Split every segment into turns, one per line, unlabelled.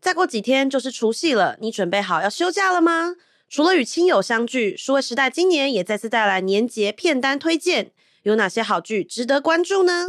再过几天就是除夕了，你准备好要休假了吗？除了与亲友相聚，数位时代今年也再次带来年节片单推荐，有哪些好剧值得关注呢？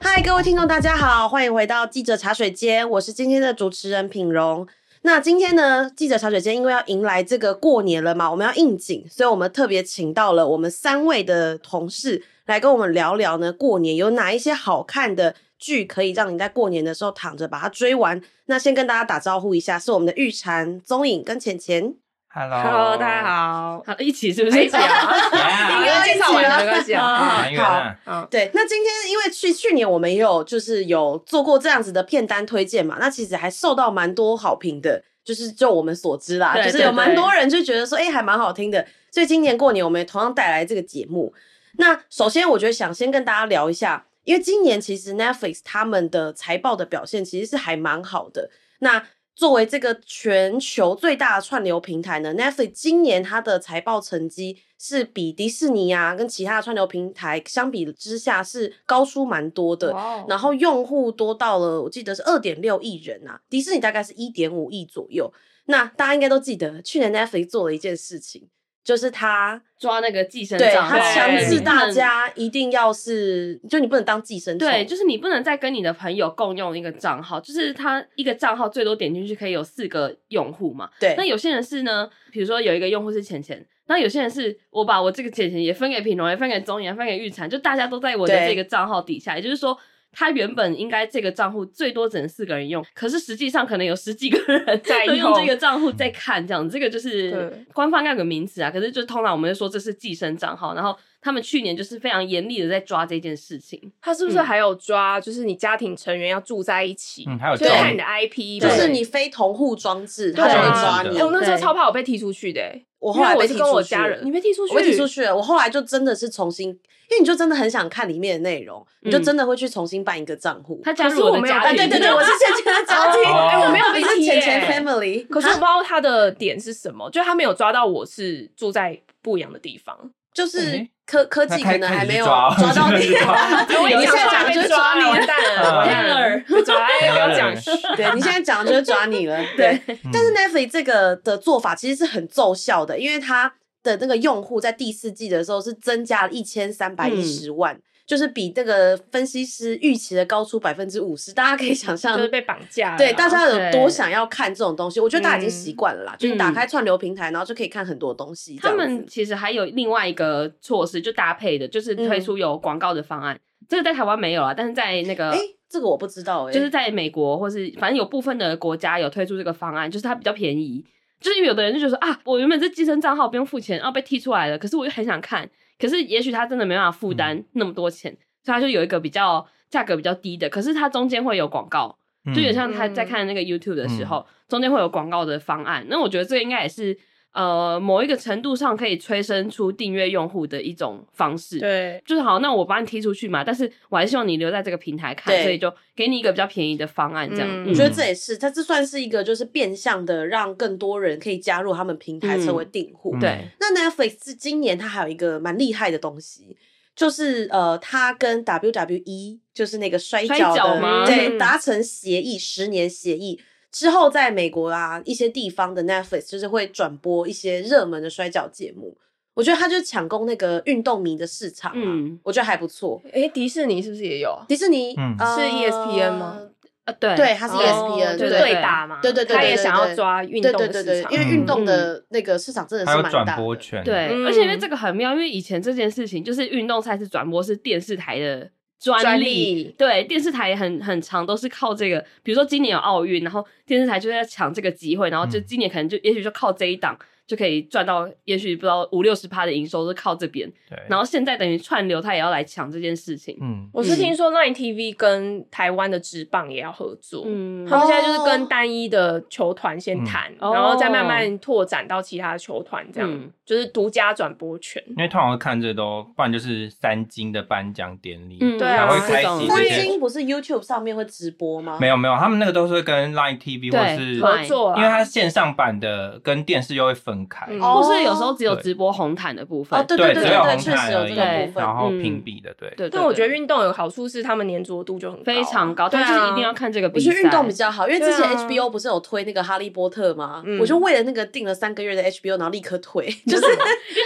嗨，各位听众，大家好，欢迎回到记者茶水间，我是今天的主持人品荣。那今天呢，记者茶水间因为要迎来这个过年了嘛，我们要应景，所以我们特别请到了我们三位的同事来跟我们聊聊呢，过年有哪一些好看的剧可以让你在过年的时候躺着把它追完。那先跟大家打招呼一下，是我们的玉婵、宗颖跟浅浅。
Hello，
Hello，大家，好，好一起是不是？
一起啊
哎
哎
一个人介绍完了没关系啊。
啊
团圆啊，
嗯，
对，那今天因为去去年我们也有就是有做过这样子的片单推荐嘛，那其实还受到蛮多好评的，就是就我们所知啦，
对
就是
对
有蛮
对
多人就觉得说，哎、还蛮好听的，所以今年过年我们也同样带来这个节目。那首先，我觉得想先跟大家聊一下，因为今年其实 Netflix 他们的财报的表现其实是还蛮好的。那作为这个全球最大的串流平台呢，Netflix 今年它的财报成绩是比迪士尼啊跟其他的串流平台相比之下是高出蛮多的。
哇哦
然后用户多到了，我记得是二点六亿人啊，迪士尼大概是一点五亿左右。那大家应该都记得，去年 Netflix 做了一件事情，就是它
抓那个寄生
对
障，
它
对
强制大
你不能。
家一定要是，就你不能当寄生虫，
对，就是你不能再跟你的朋友共用一个账号，就是他一个账号最多点进去可以有四个用户嘛。
对
那有些人是呢，比如说有一个用户是钱钱，那有些人是我把我这个钱钱也分给品荣，也分给钟也分给玉婵，就大家都在我的
对
这个账号底下，也就是说。他原本应该这个账户最多只能四个人用，可是实际上可能有十几个人
在
都用
用
这个账户在看，这样子这个就是
对
官方应该有个名词啊。可是就通常我们就说这是寄生账号，然后他们去年就是非常严厉的在抓这件事情。
他是不是
嗯
还有抓，就是你家庭成员要住在一起，
嗯，还有
就
中
是看你的 IP，
就
嘛
是你非同户装置，
对
它
啊
就会抓你
哎。我那时候
对
超怕我被踢出去的、欸，
我后
因为
来
我
被
是
踢
跟我
出去
家
了
人，你被踢出去，
我被踢出去了。我后来就真的是重新，因为你就真的很想看里面的内容，你
嗯
就真的会去重新办一个账户。
他加
可
入
是我
我的
没有
家
啊，
庭，
对对对，我是浅浅的家庭，
哦
哎、我没有被
我是
踢、
浅浅
欸。
family。
可是我不知道他的点是什么，就他没有抓到我是住在不一样的地方。哦
就是
诶
科科技
那开
可能还没有
开始去抓
到你
真的是抓，
我
你
一
现在讲
被
就是
抓
抓
了，
你
完
了，
蛋了， 完蛋了，被抓，哎，不要讲。
对你现在讲就是抓你了，对。
嗯
但是 Netflix 这个的做法其实是很奏效的，因为它的那个用户在第四季的时候是增加了一千三百一十万。就是比这个分析师预期的高出百分之五十，大家可以想象，
就是被绑架了，
对，大家有多
对
想要看这种东西，我觉得大家已经
嗯
习惯了啦。就是打开串流平台，然后就可以看很多东西这
他
样子。
们其实还有另外一个措施，就搭配的，就是
嗯
推出有广告的方案。这个在台湾没有啊，但是在那个
哎、这个我不知道哎、
就是在美国或是反正有部分的国家有推出这个方案，就是它比较便宜。就是因为有的人就觉得说啊，我原本是寄生账号不用付钱，然、后被踢出来了，可是我又很想看，可是也许他真的没办法负
嗯
担那么多钱，所以他就有一个比较价格比较低的，可是它中间会有广告，
嗯
就有点像他在看那个 YouTube 的时候，中间会有广告的方案。那我觉得这应该也是呃某一个程度上可以催生出订阅用户的一种方式。，
对，
就是好，那我把你踢出去嘛，但是我还希望你留在这个平台看
对，
所以就给你一个比较便宜的方案，这样。
嗯
我觉得
嗯
这也是，它这算是一个就是变相的让更多人可以加入他们平台
嗯
成为订户。
嗯
对，
那 Netflix 是今年它还有一个蛮厉害的东西，就是呃，它跟 WWE 就是那个摔跤
摔跤
的
吗
对
嗯
达成协议，十年协议。之后，在美国啊一些地方的 Netflix 就是会转播一些热门的摔跤节目，我觉得它就抢攻那个运动迷的市场啊，
嗯
我觉得还不错。
哎，迪士尼是不是也有啊？
迪士尼、
嗯
呃
是 E ESPN 吗？
啊，对，
对，它是 E
哦
ESPN，、
就是
对
对打嘛，
对对对
他也
对
想
对
要抓运
对
动
对
的
对对，
市场，
因为运动
嗯
的那个市场真的
还
是
有
蛮
转
大
播
的。
权，
对，
嗯
而且因为这个很妙，因为以前这件事情就是运动赛事转播是电视台的专
专
利，
利，
对，电视台也很很长都是靠这个，比如说今年有奥运，然后电视台就在抢这个机会，然后就
嗯
今年可能就、也许就靠这一档就可以赚到，也许不知道五六十趴的营收是靠这边，
对，
然后现在等于串流它也要来抢这件事情，
嗯，
我是听说 Line TV 跟台湾的职棒也要合作，
嗯，
他们现在就是
哦
跟单一的球团先谈，
嗯
然后再慢
哦
慢拓展到其他的球团，这样、
嗯
就是独家转播权。
因为通常会看这都，不然就是三金的颁奖典礼，
嗯
对啊
还会开
这
启这
种
三
些，
星不是 YouTube 上面会直播吗？
没有没有，他们那个都是会跟 Line TV 或
对
是
对
合作
因为
啊，
它线上版的跟电视又会分分开，
嗯
哦
或是有时候只有直播红毯的部分
哦，。对对
只
对
有
对，
红
确实
毯
有
而
这
已，
个部分。
然后
嗯
评比的，对，
对，
但我觉得
运
运动有好处是他们粘着度就很高啊
非常高，
对
但
啊，
就是一定要看这个
我
比
觉
赛。
得运动比较好，因为之前
对啊
HBO 不是有推那个《哈利波特》吗？
嗯
我就为了那个订了三个月的 HBO，然后立刻退， 就是
因为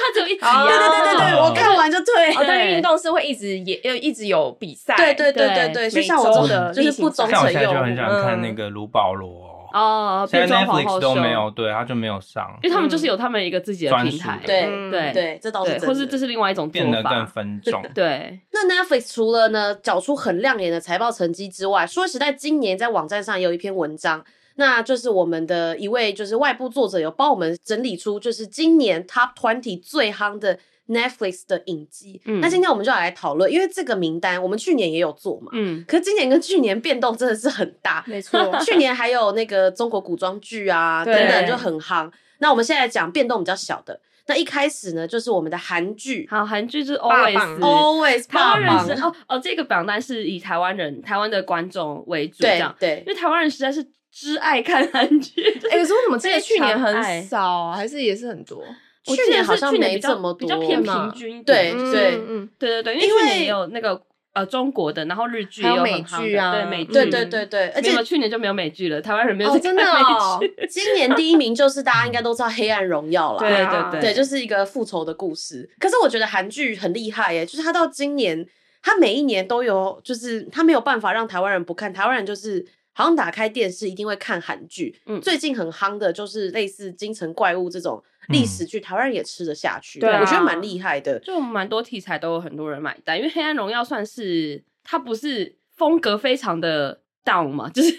它只有一集
哦
啊。
对对对对 对，
哦
我看完就退。
哦，但
对
运动是会一直也要一直有比赛，
对对对对
对
对，
每
就像我
周
这
的
种就是
例行
不忠
赛
像我
诚
现在
用
就
户
很想看那
嗯
个卢保罗，
哦，
现
变
在
装皇
Netflix
后
都
秀
没有，，对，他就没有上，
因为他们就是有他们一个自己的
专
平
属
台，
嗯
的
对
嗯
对
对，这倒是
对，
真的。
或是这是另外一种做
变得更
法，
分众。
对，
那 Netflix 除了呢找出很亮眼的财报成绩之外，说实在，今年在网站上也有一篇文章，那就是我们的一位就是外部作者有帮我们整理出，就是今年 Top Twenty 最夯的 Netflix 的影集。
嗯
那今天我们就要来讨论，因为这个名单我们去年也有做嘛，
嗯，
可是今年跟去年变动真的是很 大。
没错，哎
去年还有那个中国古装剧啊等
对
等就很夯。那我们现在讲变动比较小的，那一开始呢就是我们的韩剧
好，韩剧是
霸榜
always。
Always 哦
台
霸
湾人
榜
是，哦哦，这个榜单是以台湾人、台湾的观众为主，这
对
样，
对
因，为台湾人实在是只爱看韩剧。
哎，可是为什么这个去年
非常爱
很少啊，还是也是很多？
去
我记得
年
是
好像
去年
没
比较
这么多
比较偏
嘛
平均一
对
点。
嗯
对
对
嗯，
对对对，因为
因为
去年也有那个呃中国的，然后日剧也
还有
有
美
很夯的
剧啊
对美剧，
对对对对，而
嗯没
且
有去年就没有美剧了，台湾人没有
哦，
在
真
看
的
美
哦
剧。，
今年第一名就是大家应该都知道《黑暗荣耀》啦，
对对
啊
对
对，就是一个复仇的故事。可是我觉得韩剧很厉害耶，就是它到今年，它每一年都有，就是它没有办法让台湾人不看，台湾人就是好像打开电视一定会看韩剧。
嗯
最近很夯的就是类似《京城怪物》这种
嗯
历史剧，台湾人也吃得下去，
对啊
我觉得蛮厉害的。
就蛮多题材都有很多人买单，因为《黑暗荣耀》算是它不是风格非常的 down 嘛， 就是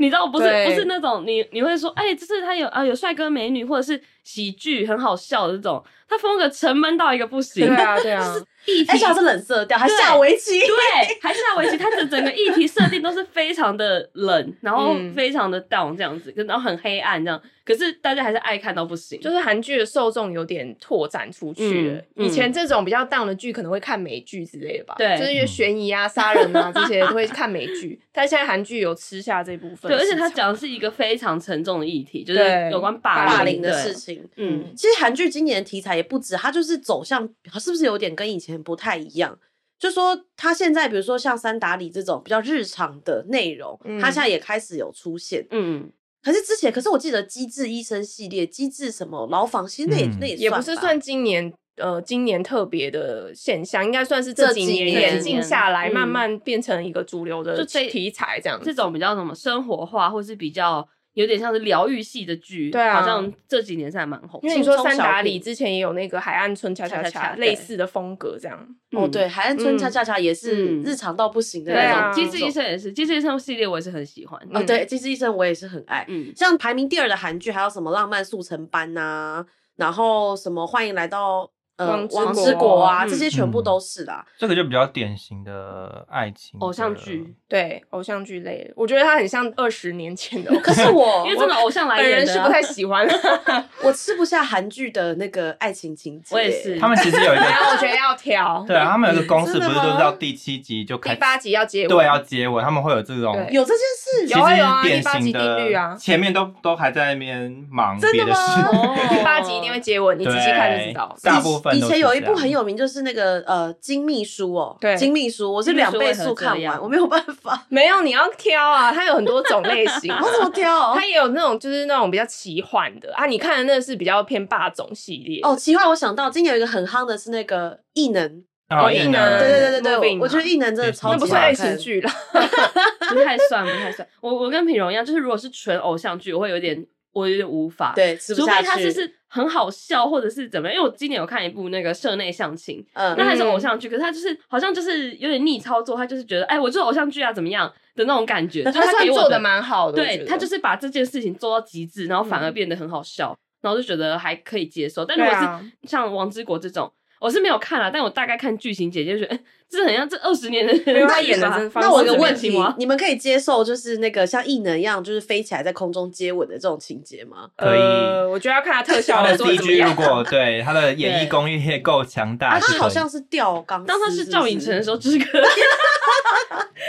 你知道不是
对
不是那种你你会说哎、这是它有啊有帅哥美女或者是喜剧很好笑的这种，它风格沉闷到一个不行
对，啊对啊，
议题
而且它是冷色调，还
对
下围棋。
对，还下围棋，它的整个议题设定都是非常的冷，然后
嗯
非常的 down 这样子，跟然后很黑暗这样，可是大家还是爱看到不行，
就是韩剧的受众有点拓展出去了。
嗯
以前这种比较 down 的剧可能会看美剧之类的吧，
对
就是悬疑啊、杀人啊这些都会看美剧，但现在韩剧有吃下这部分市场。
对，而且他讲的是一个非常沉重的议题，就是
对
有关
霸
霸
凌的
对
事情，
嗯
其实韩剧今年的题材也不止，它就是走向是不是有点跟以前不太一样？就说它现在，比如说像三打里这种比较日常的内容，
嗯
它现在也开始有出现。
嗯，
可是之前，可是我记得《机智医生》系列，《机智什么牢房》，其实那也、
嗯
那也
也不
吧
是算今年。呃，今年特别的现象，应该算是
这
这
几
几年
年
演进下来，
嗯
慢慢变成一个主流的
就这
呃题材这样
这
子。
种比较什么生活化，或是比较有点像是疗愈系的剧，
对啊
好像这几年才蛮红
因。为你说三打里之前也有那个《海岸村恰恰
恰恰
恰
恰》
类似的风格，这样。
哦，对，《
嗯，
海岸村恰恰恰》也是
嗯
日常到不行的
对
那
啊，
种。
对
机智医生嗯也是，机智医生系列我也是很喜欢。
哦，对，《机智医生》我也是很爱。
嗯，
像排名第二的韩剧，还有什么《浪漫速成班》呐，然后什么《欢迎来到呃
王之
王之
国
国》啊，
嗯
这些全部都是啊 啦。
这个就比较典型的爱情
偶像
的
剧，
对，偶像剧类的，我觉得它很像二十年前的偶像剧。
可是我
因为真的偶像来
本
演
人
的
是
啊
不太喜 欢，然
我吃不下韩剧的那个爱情情节，
我也是
他们其实有一
后我
个，
觉得要挑，
对啊，他们有一个公式，
真
不
的
是
吗
都是到第七集就开
第
始
八集要结尾，
对要结尾，他们会有这种
对
有这件
其
事，
有啊
实
有啊
典
第八
型
集
的
定律啊
前面都都还在那边忙
真的
别的事
吗，
哦
第八集一定会结尾，你仔细看就知道。
对大部分
以
都是
前有一部
这样
很有名，就是那个呃《金秘书》哦，
对
金秘书》，我是两倍速看
金秘书为何这
完，
样
我没有办法，。
没有，你要挑啊，它有很多种类型
我怎么挑？
哦
哦
它也有那种就是那种比较奇幻的啊，你看的那是比较偏霸总系列
哦，，奇怪，我想到今年有一个很夯的是那个《异能》，
然后
有
一
异
男
嗯
男
对对对对
Moving
对，
嘛
我觉得《异能》真的
也是
超
那
级
不
好
算爱
看
情，剧啦。
不太算，不太算。我我跟品荣一样，就是如果是纯偶像剧，我会有点我有点无法。，
对，吃不
除
下
非
去，
它就是很好笑或者是怎么样。因为我今年有看一部那个社内相亲，
嗯
那
还
还是偶像剧，可是他就是好像就是有点逆操作，他就是觉得哎，我就是偶像剧啊，怎么样的那种感觉。就
它
他
算
给我
做的？蛮好的，
对他就是是把这件事情做到极致，然后反而
嗯
变得很好笑，然后就觉得还可以接受。但如
对
果
啊
是像《王之国》这种，我是没有看啦，但我大概看剧情简介就觉得，哎，这很像这二十年的
没有他演的
吧
真方
那我
式
有个
怎么
问
样
题，你们可以接受就是那个像异能一样，就是飞起来在空中接吻的这种情节吗？
可以
呃，我觉得要看它特效
他的
做得怎么
CG 如
样。
果对他的演
对
绎功力也够强大
啊，
是可以，
他好像是吊钢丝，
当他是赵寅成的时
候，
候，就是可 以。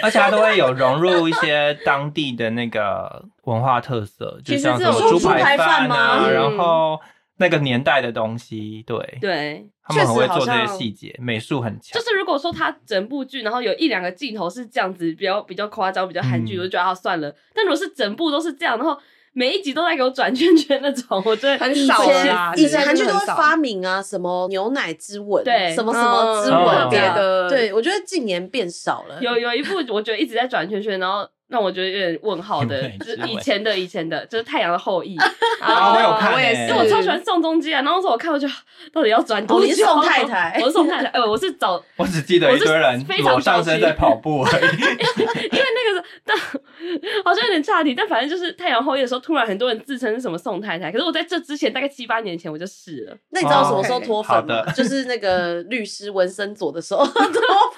而且它都会有融入一些当地的那个文化特色，就
其实
像
这
什么
种
猪
猪
排
排
饭
饭
吗
啊，
嗯
然后那个年代的东西，对，
对，
他们很
确
会
实好
做这些
像
细节，美术很强
就。是如果说他整部剧，然后有一两个镜头是这样子，比较比较夸张，比较韩剧，
嗯
我就觉得啊算了。但如果是整部都是这样，然后每一集都在给我转圈圈那种，我 真的
很
以
少了
啊
前
啦，
以
现
前
在
韩剧
真的
都会
很少
发明啊，什么牛奶之吻，
对
什么什么之
嗯
吻
特别
这样
的
对我觉得近年变少了。
有有一部我觉得一直在转圈圈，然后让我觉得有点问号的，
因为
就是
因为
以前的以前的，就是《太阳的后 裔》，
啊我有看
哦我也
欸
是，
因为我超喜欢宋仲基啊。然后那时候我看，我就到底要转多
哦
久？
你是宋太太
我是宋太太，呃，我是早
我只记得一堆人
我是非常
裸上身在跑步而 已。
因为那个是，但好像有点差题，但反正就是太阳后裔的时候，突然很多人自称是什么宋太太，可是我在这之前大概七八年前我就是了，
那你知道什么时候脱粉
哦
吗？
，OK
就是那个律师文森佐的时候脱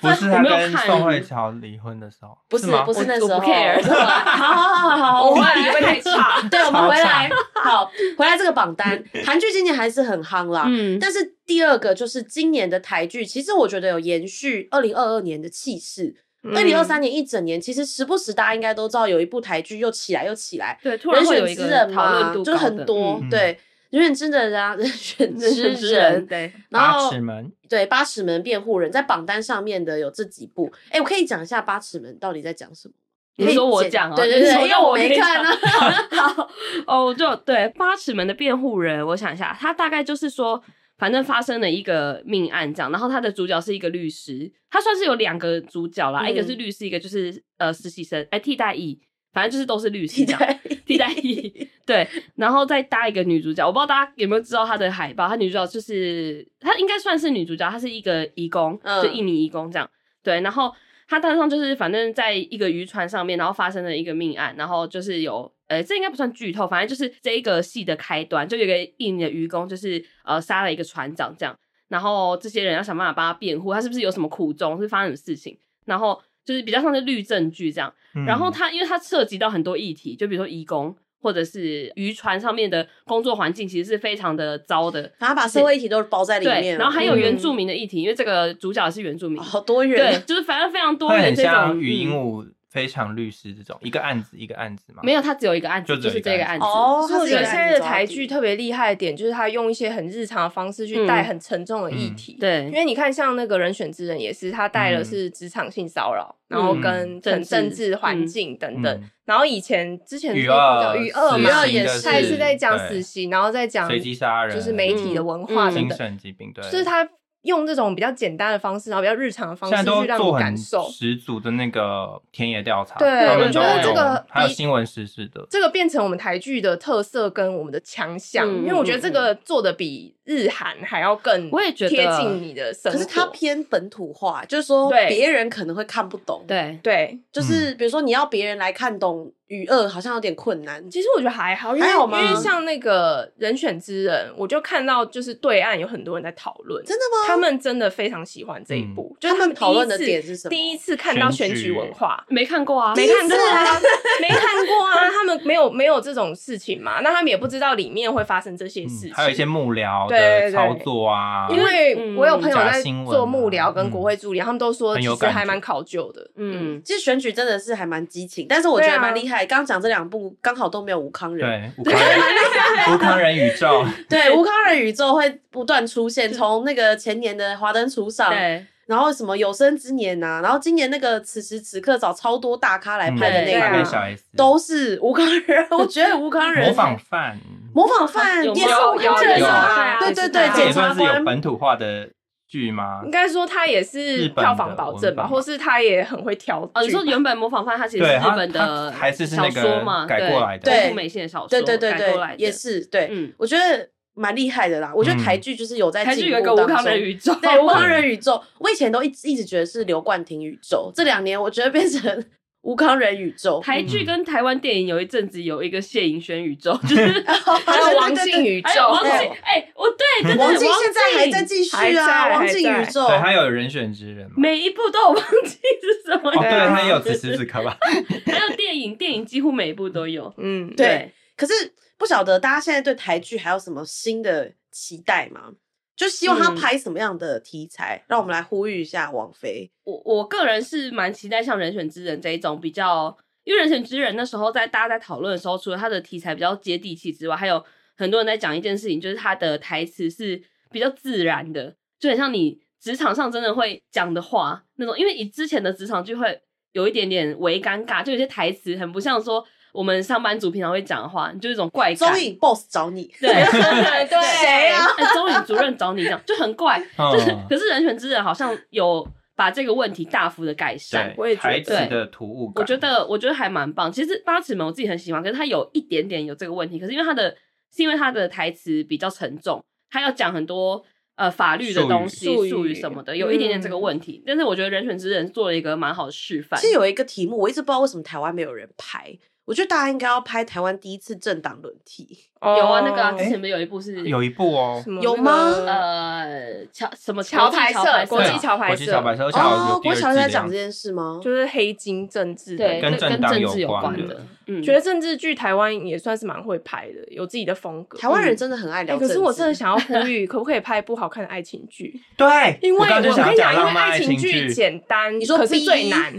不
粉，
是他
我没有
跟
看
宋慧乔离婚的时候，
不是
吗
不？是那时
我
候。
不 care
好好好好好，我
我
们
们会太差，
对，我们
超
回
差
来好回来这个榜单，韩剧今年还是很夯啦。
嗯，
但是第二个就是今年的台剧，其实我觉得有延续二零二二年的气势。二零二
嗯
三年一整年，其实时不时大家应该都知道有一部台剧又起来又起来，
对，突然
人
会有
选
一
之
个
人
讨
嘛
论，度
就很多、
嗯
对。人选之人啊，人选
人
之
嗯
选之
人
人，，对，
然后
八尺门
对八尺门辩护人在榜单上面的有这几部，哎、我可以讲一下八尺门到底在讲什么？
你
可以
说我
简
讲啊，
对对
你
对，
说
因为
要
我
可以
没看
讲
啊。
好，哦，就对八尺门的辩护人，我想一下，他大概就是说，反正发生了一个命案这样，然后他的主角是一个律师，他算是有两个主角啦，
嗯
一个是律师，一个就是呃实习生，哎、替代役，反正就是都是律师
替
这样
代
替代役，对，然后再搭一个女主角，我不知道大家有没有知道她的海报，她女主角就是她应该算是女主角，她是一个义工，
嗯
就印尼义工这样，对，然后她当上就是反正在一个渔船上面，然后发生了一个命案，然后就是有。呃，这应该不算剧透，反正就是这一个戏的开端，就有一个印尼的渔工，就是呃杀了一个船长这样，然后这些人要想办法帮他辩护，他是不是有什么苦衷，是发生什么事情，然后就是比较像是律政剧这样，
嗯
然后它因为它涉及到很多议题，就比如说移工或者是渔船上面的工作环境，其实是非常的糟的。
然后把社会议题都包在里
对，
面了，
然后还有
嗯
原住民的议题，因为这个主角是原住民，
好多哦
对，
人，啊
就是反正非常多
会
元
很
这
像
种
语音
嗯
舞非常律师这种，一个案子一个案子嘛。
没有，它只有一个案子，
就只有
是
一个
这个
案
案
子
子。
哦，
所以我觉得现在的台剧
它
特别厉害的点，就是他用一些很日常的方式去带很沉重的议
嗯
题。，因
对，
为你看，像那个人选之人也是，他带了是职场性骚扰，然后跟政
政治
政治环境等等。
嗯
然后以前之前
与
叫
恶
与恶
死
嘛，
刑的
他也
是
是在讲
对
死刑，然后再讲
随机杀人，
就是媒体的文化等
嗯
精
等，
神疾病，对，
就是他用这种比较简单的方式，然后比较日常的方
现在
式
都
去让
做
你
很
感受。
十足的那个田野调查，
对
他们
我觉
都
得这
有
个
还有
比
新闻时事的，
这个变成我们台剧的特色跟我们的强项，
嗯
因为我觉得这个做的比日韩还要更，
我也觉得
贴近你的生
可
活。
是它偏本土化，就是说
对
别人可能会看不懂，，
对，
对，
嗯
就是比如说你要别人来看懂语恶，好像有点困难。
其实我觉得还好，因为
还好吗
因为像那个人选之人，我就看到就是对岸有很多人在讨论，
真的吗？嗯
他们真的非常喜欢这一部，就是
他们
们
讨论的
第一次
点是什么
第一次看到选
选
举
举
文化。
没看过啊，
没
第一
看
次
过
啊
啊， 没看过啊，他们没有没有这种事情嘛，那他们也不知道里面会发生这些
嗯
事情，
还有一些幕僚
对
的
对对
操作啊，
因为我有朋友
假
在
新闻
做
啊
幕僚跟
嗯
国会助理，他们都说
很
其
有
实
感
还
觉
蛮考究的。嗯，
嗯，
其实选举真的是还蛮激情，但是我觉
对啊
得蛮厉害。刚刚讲这两部刚好都没有吴康仁，
对武康人，武康人宇宙，
对，吴康仁宇宙会不断出现，从那个前年的《华灯初上》，
对，
然后什么有生之年呐、然后今年那个此时此刻找超多大咖来
嗯
拍的
对
那
台
个、
北
啊
小 S
哎都是吴康仁，我觉得吴康仁
模仿犯，
模仿犯
有
也是
有
吴康仁
有
啊，
有
对
有
对对，
有有
这也
检察
算是有
官。
本土化的剧吗
应？该说他也
日
是
本的
票房保证吧，
文本
或是他也很会挑剧吧。
哦，你说原本模仿犯，它其实是
对
日
它
本的
它还是是
小
那个
说嘛，
改过来的
对
对，美线的小说，
对对对
改过来
对，
的
也，是对、
嗯，
我觉得蛮厉害的啦。我觉得
嗯
台剧就是有在
台
进
剧
步
有一
当
个
中。
无康的宇宙，
对吴康仁宇宙，我以前都一直一直觉得是刘冠廷宇宙，这两年我觉得变成 吴康仁宇宙，
台剧
嗯
跟台湾电影有一阵子有一个谢盈萱宇 宙，就是
还有王靖宇
还有
宙
王，靖
对，
哎，我对，真的
哦王静现在 还在继续啊，
还在
王静
还
宇
在
宙，
对，他有人选之人嘛？
每一部都有忘记是什么
嗯哦，
人，
对，他也有此时此刻吧？
还有电影，电影几乎每一部都有，
嗯，
对可是不晓得大家现在对台剧还有什么新的期待吗？就希望他
嗯
拍什么样的题材？让我们来呼吁一下王菲。
我我个人是蛮期待像《人选之人》这一种比较，因为《人选之人》那时候在大家在讨论的时候，除了它的题材比较接地气之外，还有。很多人在讲一件事情，就是他的台词是比较自然的，就很像你职场上真的会讲的话那种。因为你之前的职场就会有一点点微尴尬，就有些台词很不像说我们上班族平常会讲的话，就是一种怪感
终。于 boss 找你，
对，
对，
谁啊？
哎，周宇主任找你这样就很怪，就是
嗯，
可是人权之人好像有把这个问题大幅的改善，
我也
对，
觉得
台词的突兀感，
我觉得我觉得还蛮棒。其实八尺门我自己很喜欢，可是它有一点点有这个问题，可是因为它的是因为它的台词比较沉重，它要讲很多呃法律的东西、
术语
术语什么的，有一点点这个问题。但是我觉得人权之人做了一个蛮好的示范
其，实有一个题目，我一直不知道为什么台湾没有人拍，我觉得大家应该要拍台湾第一次政党轮替。
有啊，那个啊、之
哎
前不是有一部是
有一部哦
什，么
有
那
吗
个
呃桥什么
哎桥
国际
牌
桥
社
牌社哦
国
对
际
啊
桥牌
国际
社
桥牌社，而且好像有第
国
二
桥
季
在
的
讲
样
这
子
件事吗？
就是黑金政治的
对
跟
政
政党
治
有关
关
的
的，嗯，
觉得政治剧台湾也算是蛮会拍的，有自己的风格。
台湾人
嗯
真的很爱
哎
聊、
可是我真的，想要 呼吁，可不可以拍不好看的爱情剧？
对，
因为
我刚刚
跟
就
你
想要
讲，
讲
因为
浪漫爱
爱情
剧，
简单，
你说
可是
B？
最难，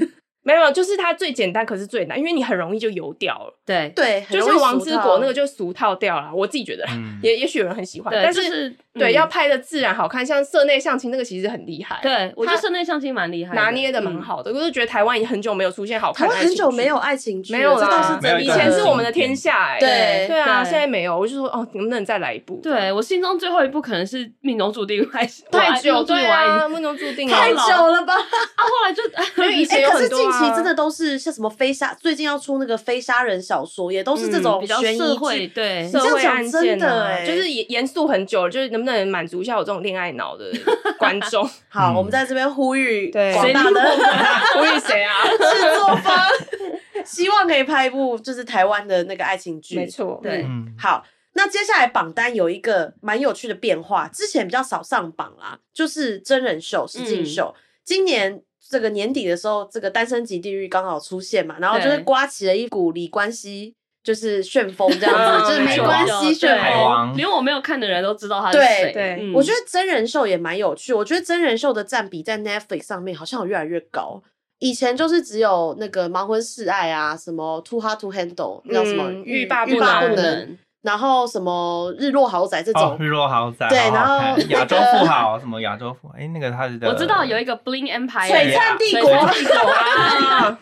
没有没有，就是它最简单，可是最难，因为你很容易就游掉了。
对
对，很
就
容易
像王
俗
之
套
国那个就俗套掉了，我自己觉得啦，
嗯
也也许有人很喜欢，
对，
但
就是是
对
嗯
要拍的自然好看，像社内相亲那个其实很厉害，，
对，我觉
他
得室内相亲蛮厉害的，
拿捏的蛮
嗯。
好的。我就觉得台湾也很久没有出现好
台
看的
湾
爱情
很
剧，
久没有爱情剧了，
没有
这倒
啦
是，真的
没
以
有一个
前是我们的天下，哎，
对
对啊，
对
现在没有，我就说哦，能不能再来一部？，
对我心中最后一部可能是《命中注定》还是
太久，
对
对啊，命中注定啊
太久了吧？
啊，后来就
因为以 前
哎、
有
可是
很多
近
啊
期真的都是像什么非杀，最近要出那个非杀人小说，也都是这种
嗯比较
悬疑
社
剧
会对
你这
社
样
会
讲
案
真
件
的
啊
哎，
就是也严肃很久了，就是能不能满足一下我这种恋爱脑的观 众？
好，
嗯
我们在这边呼吁
对
广大的
呼吁谁啊？
制作方， 希望可以拍一部就是台湾的那个爱情剧。
没错，
对
嗯，
好，那接下来榜单有一个蛮有趣的变化，之前比较少上榜啦，就是真人秀、实境秀。今年这个年底的时候，这个《单身级地狱》刚好出现嘛，然后就是
对
刮起了一股离关系就是旋风这样子，
嗯
就是没
没错
关系旋
海
风。
王
连我没有看的人都知道他是
对
谁。
对
嗯
我觉得真人秀也蛮有趣，我觉得真人秀的占比在 Netflix 上面好像有越来越高。以前就是只有那个盲婚试爱啊，什么 Too Hard to Handle，那叫什么
嗯欲罢
欲
不
罢不
能
能，然后什么日落豪宅这
哦
种，，
日落豪宅，
对
好好
然后
看
那个
亚洲富豪什么亚洲富，哎，那个他的
我知道有一个 Bling
璀
Empire，
璨帝
璀
国
璨，
帝国
嗯
啊，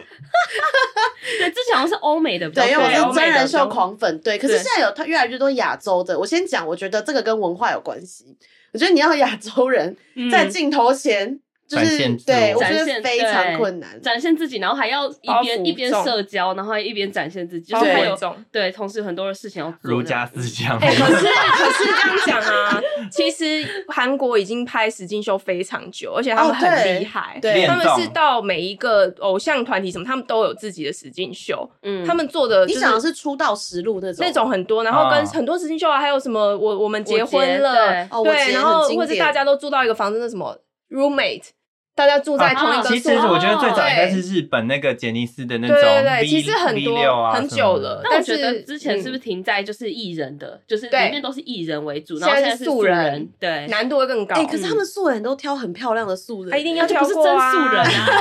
对，之前好像是欧美的比较
对，因为
多，
我是
欧美
真
的
人秀
都
狂粉，对。可是
对
现在有它越来越多亚洲的，我先讲，我觉得这个跟文化有关系。我觉得你要亚洲人
嗯
在镜头前，就
展
是
现自
对
我
我觉得
展现
非常
对
困难。
展现自己，然后还要一
包
边
袱
一边
重
社交，然后还一边展现自己，就
包
是还
括
有
种。
对，同时有很多的事情要做。
儒家思想，
哎、可是可是这样讲啊，其实韩国已经拍实境秀非常久，而且他们
哦对
很厉害。
对
他们
恋
是
综
到每一个偶像团体什么，他们都有自己的实境秀，
嗯，
他们做的
你
就是
想的是出道实录那种
那种很多，然后
啊
跟很多实境秀啊，还有什么我我们结婚了，
哦，我
对，
姐
然
很
后
经
或者
典
大家都住到一个房子，那什么 roommate，大家住在同一
啊
个
其
宿
实
舍。
我觉得最早应该是
对
日本那个杰尼斯的那种
对
V
对对其实很
V 六
多、
啊
很久了，
但我
但
觉
是
得之前是不是
嗯
停在就是艺人的，就是里
对
面都是艺人为主，然后
现在
现
是
在是
素
素
人
人，对，
难度会更高？
哎、可是他们素人都挑很漂亮的素人，
嗯他一定要
就不是
跳过
真
啊
素 人啊，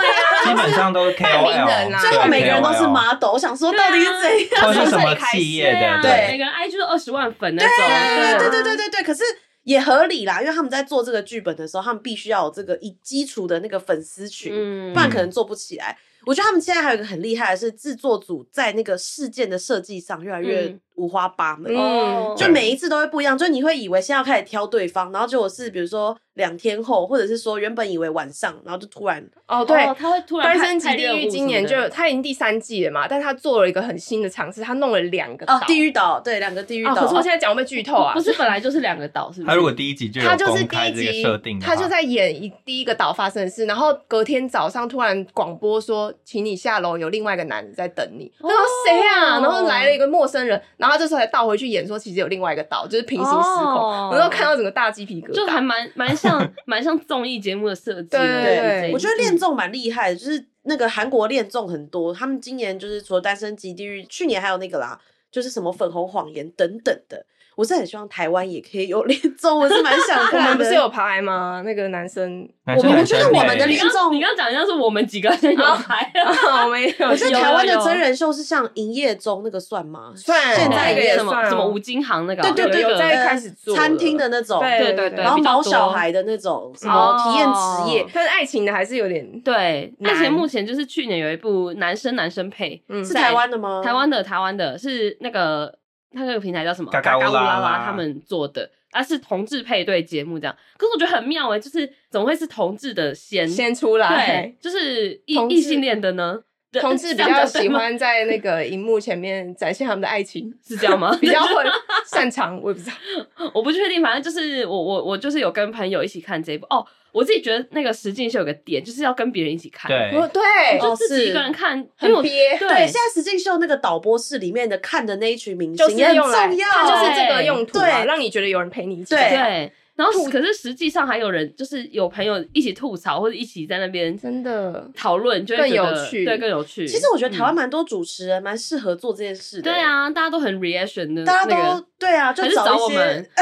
基本上都是
名人
KOL，
啊
最后
对
每个人都是
KOL
model，我想说到底是怎样？
或者是什么企业的，
对啊
每个人 IG 都二十万粉那种，
啊
对
对
对对对对，可是。也合理啦，因为他们在做这个剧本的时候，他们必须要有这个以基础的那个粉丝群，
嗯
不然可能做不起来。我觉得他们现在还有一个很厉害的是，制作组在那个事件的设计上越来越
嗯
五花八门，
嗯
哦
就每一次都会不一样。就你会以为现在要开始挑对方，然后结果是比如说两天后，或者是说原本以为晚上，然后就突然
哦，对，
哦他会突
《
然
单
派
身级地狱》今年就它已经第三季了嘛，但它做了一个很新的尝试，它弄了两个岛。
哦，地狱岛，对，两个地狱
啊
岛。
可是我现在讲会不会剧透啊
不？是本来就是两个岛，是不是？
他如果第一集就
他
有
就是
公
第一
开这个
集
设定，的
他
话，
就在演一第一个岛发生的事，然后隔天早上突然广播说，请你下楼，有另外一个男人在等你。他说
哦
谁啊？然后来了一个陌生人，然后他这时候才倒回去演说，其实有另外一个岛，就是 平行时空。
哦
我都看到整个大鸡皮疙瘩，
就还蛮蛮像蛮像综艺节目的设计的，
对对对嗯
这一嗯
我觉得恋综蛮厉害的，就是那个韩国恋综很多，他们今年就是除了《单身级地狱》，去年还有那个啦，就是什么《粉红谎言》等等的。我是很希望台湾也可以有 联综，我是蛮想
我
看的。
们不是有拍吗？那个男生，
男
我
生
们
很
觉得
审
我
美
们的
你
脸
刚你刚讲像是我们几个啊人有牌，
我们也有
我觉得
有
台湾的
有
真人秀是像《营业中》那个算吗？
算
现在
那个
也
也
什么
算
什么
哦
吴金航那个哦，
对对对，
有
有
一个
在
呃
开始做
餐
了
厅的那种，
对
对
然
对
后
比较
毛
多
小孩的那种什么
哦
体验职业，
但是爱情的还是有点，
对，
男
而且目前就是去年有一部男生男生配，
嗯
是
在
台湾的吗？
台湾的台湾的是那个那个平台叫什么？
嘎
嘎
嘎乌
乌
拉
拉
拉
他们做的，啊是同志配对节目这样。可是我觉得很妙哎、就是怎么会是同志的先？
先出来
对。，就是异
同志
异性恋的呢？对
同志比
这样
较
讲对
喜
吗
欢在那个荧幕前面展现他们的爱情，
是这样吗？
比较会擅长，我也不知道。
我不确定，反正就是我我我就是有跟朋友一起看这一部哦。我自己觉得那个实境秀有个点，就是要跟别人一起看，，
我
对，
对，
就
哦
自己
是
一个人看，因
很
为我
憋
对
对，现在实境秀那个导播室里面的看的那一群明
就
星
是
也很
用
重
来，
要，
它就是这个用途啊，
对
让你觉得有人陪你一起。
对
对。然后可是实际上还有人，就是有朋友一起吐槽或者一起在那边
真的，
讨论，就会觉得
更有趣
对，更有趣。
其实我觉得台湾
嗯、
蛮多主持人蛮适合做这件事的，
对，啊，大家都很 reaction 的，
大家
那
都
个
对啊，就
还是找
一
我
些
们，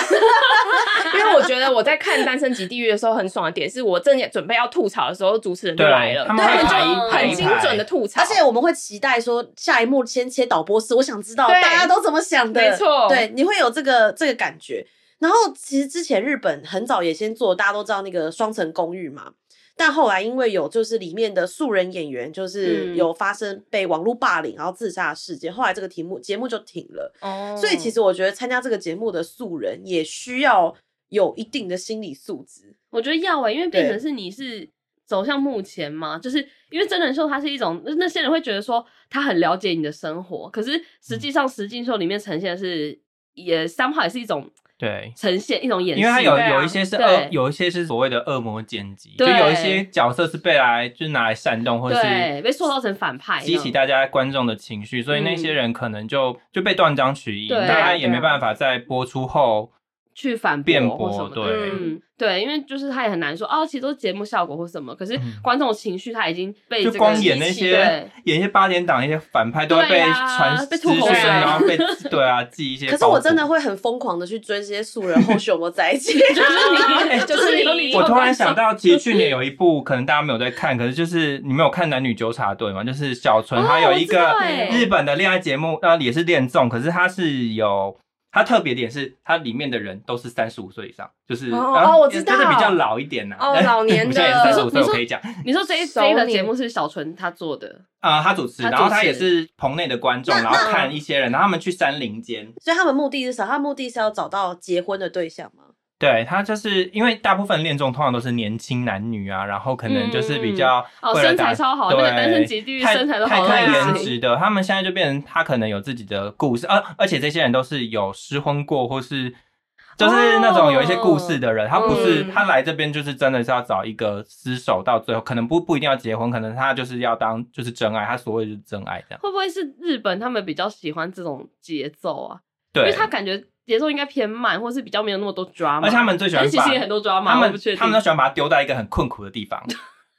因为我觉得我在看《单身级地狱》的时候很爽的点，是我正准备要吐槽的时候，主持人就
对
来了，
他们
会
就
排一
很
排一
很精
排
准的吐槽，
而且我们会期待说下一幕先切导播室，我想知道
对
大家都怎么想的，
没错
对，你会有这个这个感觉。然后其实之前日本很早也先做，大家都知道那个双层公寓嘛，但后来因为有就是里面的素人演员就是
嗯
有发生被网络霸凌然后自杀的事件，后来这个题目节目就停了。
哦
所以其实我觉得参加这个节目的素人也需要有一定的心理素质，
我觉得要哎、因为变
对
成是你是走向幕前嘛，就是因为真人秀它是一种，那那些人会觉得说他很了解你的生活，可是实际上实境秀里面呈现的是也三号也是一种
对。
呈现一种演戏，
因为它有
对啊
有一些是
对
恶，有一些是所谓的恶魔剪辑，就
对
有一些角色是被来就是拿来煽动，或者
对
是
被塑造成反派这
激
样，
起大家观众的情绪，所以那
嗯
些人可能就就被断章取义，
对
大家也
啊
没办法在播出后
去反
辩
或什
驳，
么的。
对，
嗯，对，因为就是他也很难说哦，其实都是节目效果或什么，可是
嗯
观众情绪他已经被
就
哎这个
光演
激
那
起
些
对
演一些八点档一些反派都会
对
被
啊
传
被
资
吐口
讯，
水
然后被对啊记一些。
可是我真的，会很疯狂的去追这些素人后续有没有在一 起，
就是你，哎就是
就是
你，
你
我突然想到，其实去年有一部可能大家没有在看，可是就是你没有看《男女纠察队》吗？就是小纯
哦
她有一个
我知道欸
日本的恋爱节目，呃，也是恋综，可是它是有。它特别点是，它里面的人都是三十五岁以上，就是
哦
然后
哦我知道
就是比较老一点呐、
哦 老年的
现在三十五岁，
你
我
说
可以讲。
哎你说这一
熟
这一个
你
节目是小纯他做的，
啊，他主持，
他主
然后他
持
也是棚内的观众，
那
然后
那
看一些人，然后他们去山林间，
所以他们目的是啥？他们目的是要找到结婚的对象吗？
对他就是因为大部分恋综通常都是年轻男女啊，然后可能就是比较
哦
为了达
身材超好
对
那个单身极地狱
太
身材都好到
太看
不
颜
行
值的。他们现在就变成他可能有自己的故事，而、呃而且这些人都是有失婚过或是。就是那种有一些故事的人，他不是、
嗯
他来这边就是真的是要找一个厮守到最后，可能不不一定要结婚，可能他就是要当就是真爱，他所谓就是真爱这样。
会不会是日本他们比较喜欢这种节奏啊？因
对，
为他感觉节奏应该偏慢，或是比较没有那么多 drama，
而且他们最喜欢
但其实
把
也很多 drama，
他
我
们
不确定
他们都喜欢把它丢到一个很困苦的地方，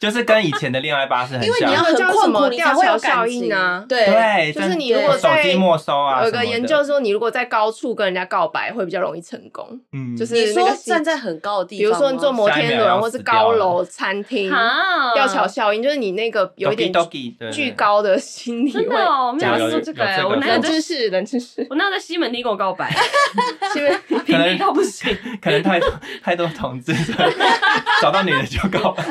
就是跟以前的恋爱巴士很
因为
像。
你要很困苦，你才会有感
那叫什么吊桥效应
情
啊
对，
对，
就是
真
你如果
手
在
机没收啊，
有
什
个
么
研
的
究，说，你如果在高处跟人家告白，会比较容易成功。
嗯，
就是
你
那
说
个心
站在很高的地
比
方
如
吗，
说你坐摩天轮，或是高楼、餐厅，
啊
吊桥效应，就是你那个有一点
Doki-doki，对
巨。高的心理
真的
会。
哦，没有
有
说
有
这
有
个欸，
这个
我哪有
冷
在
知识，冷知识，
我那在西门町跟我告 白，
因 为
平地到不行，
对 可能太多太多同志，所以找到女的就告白。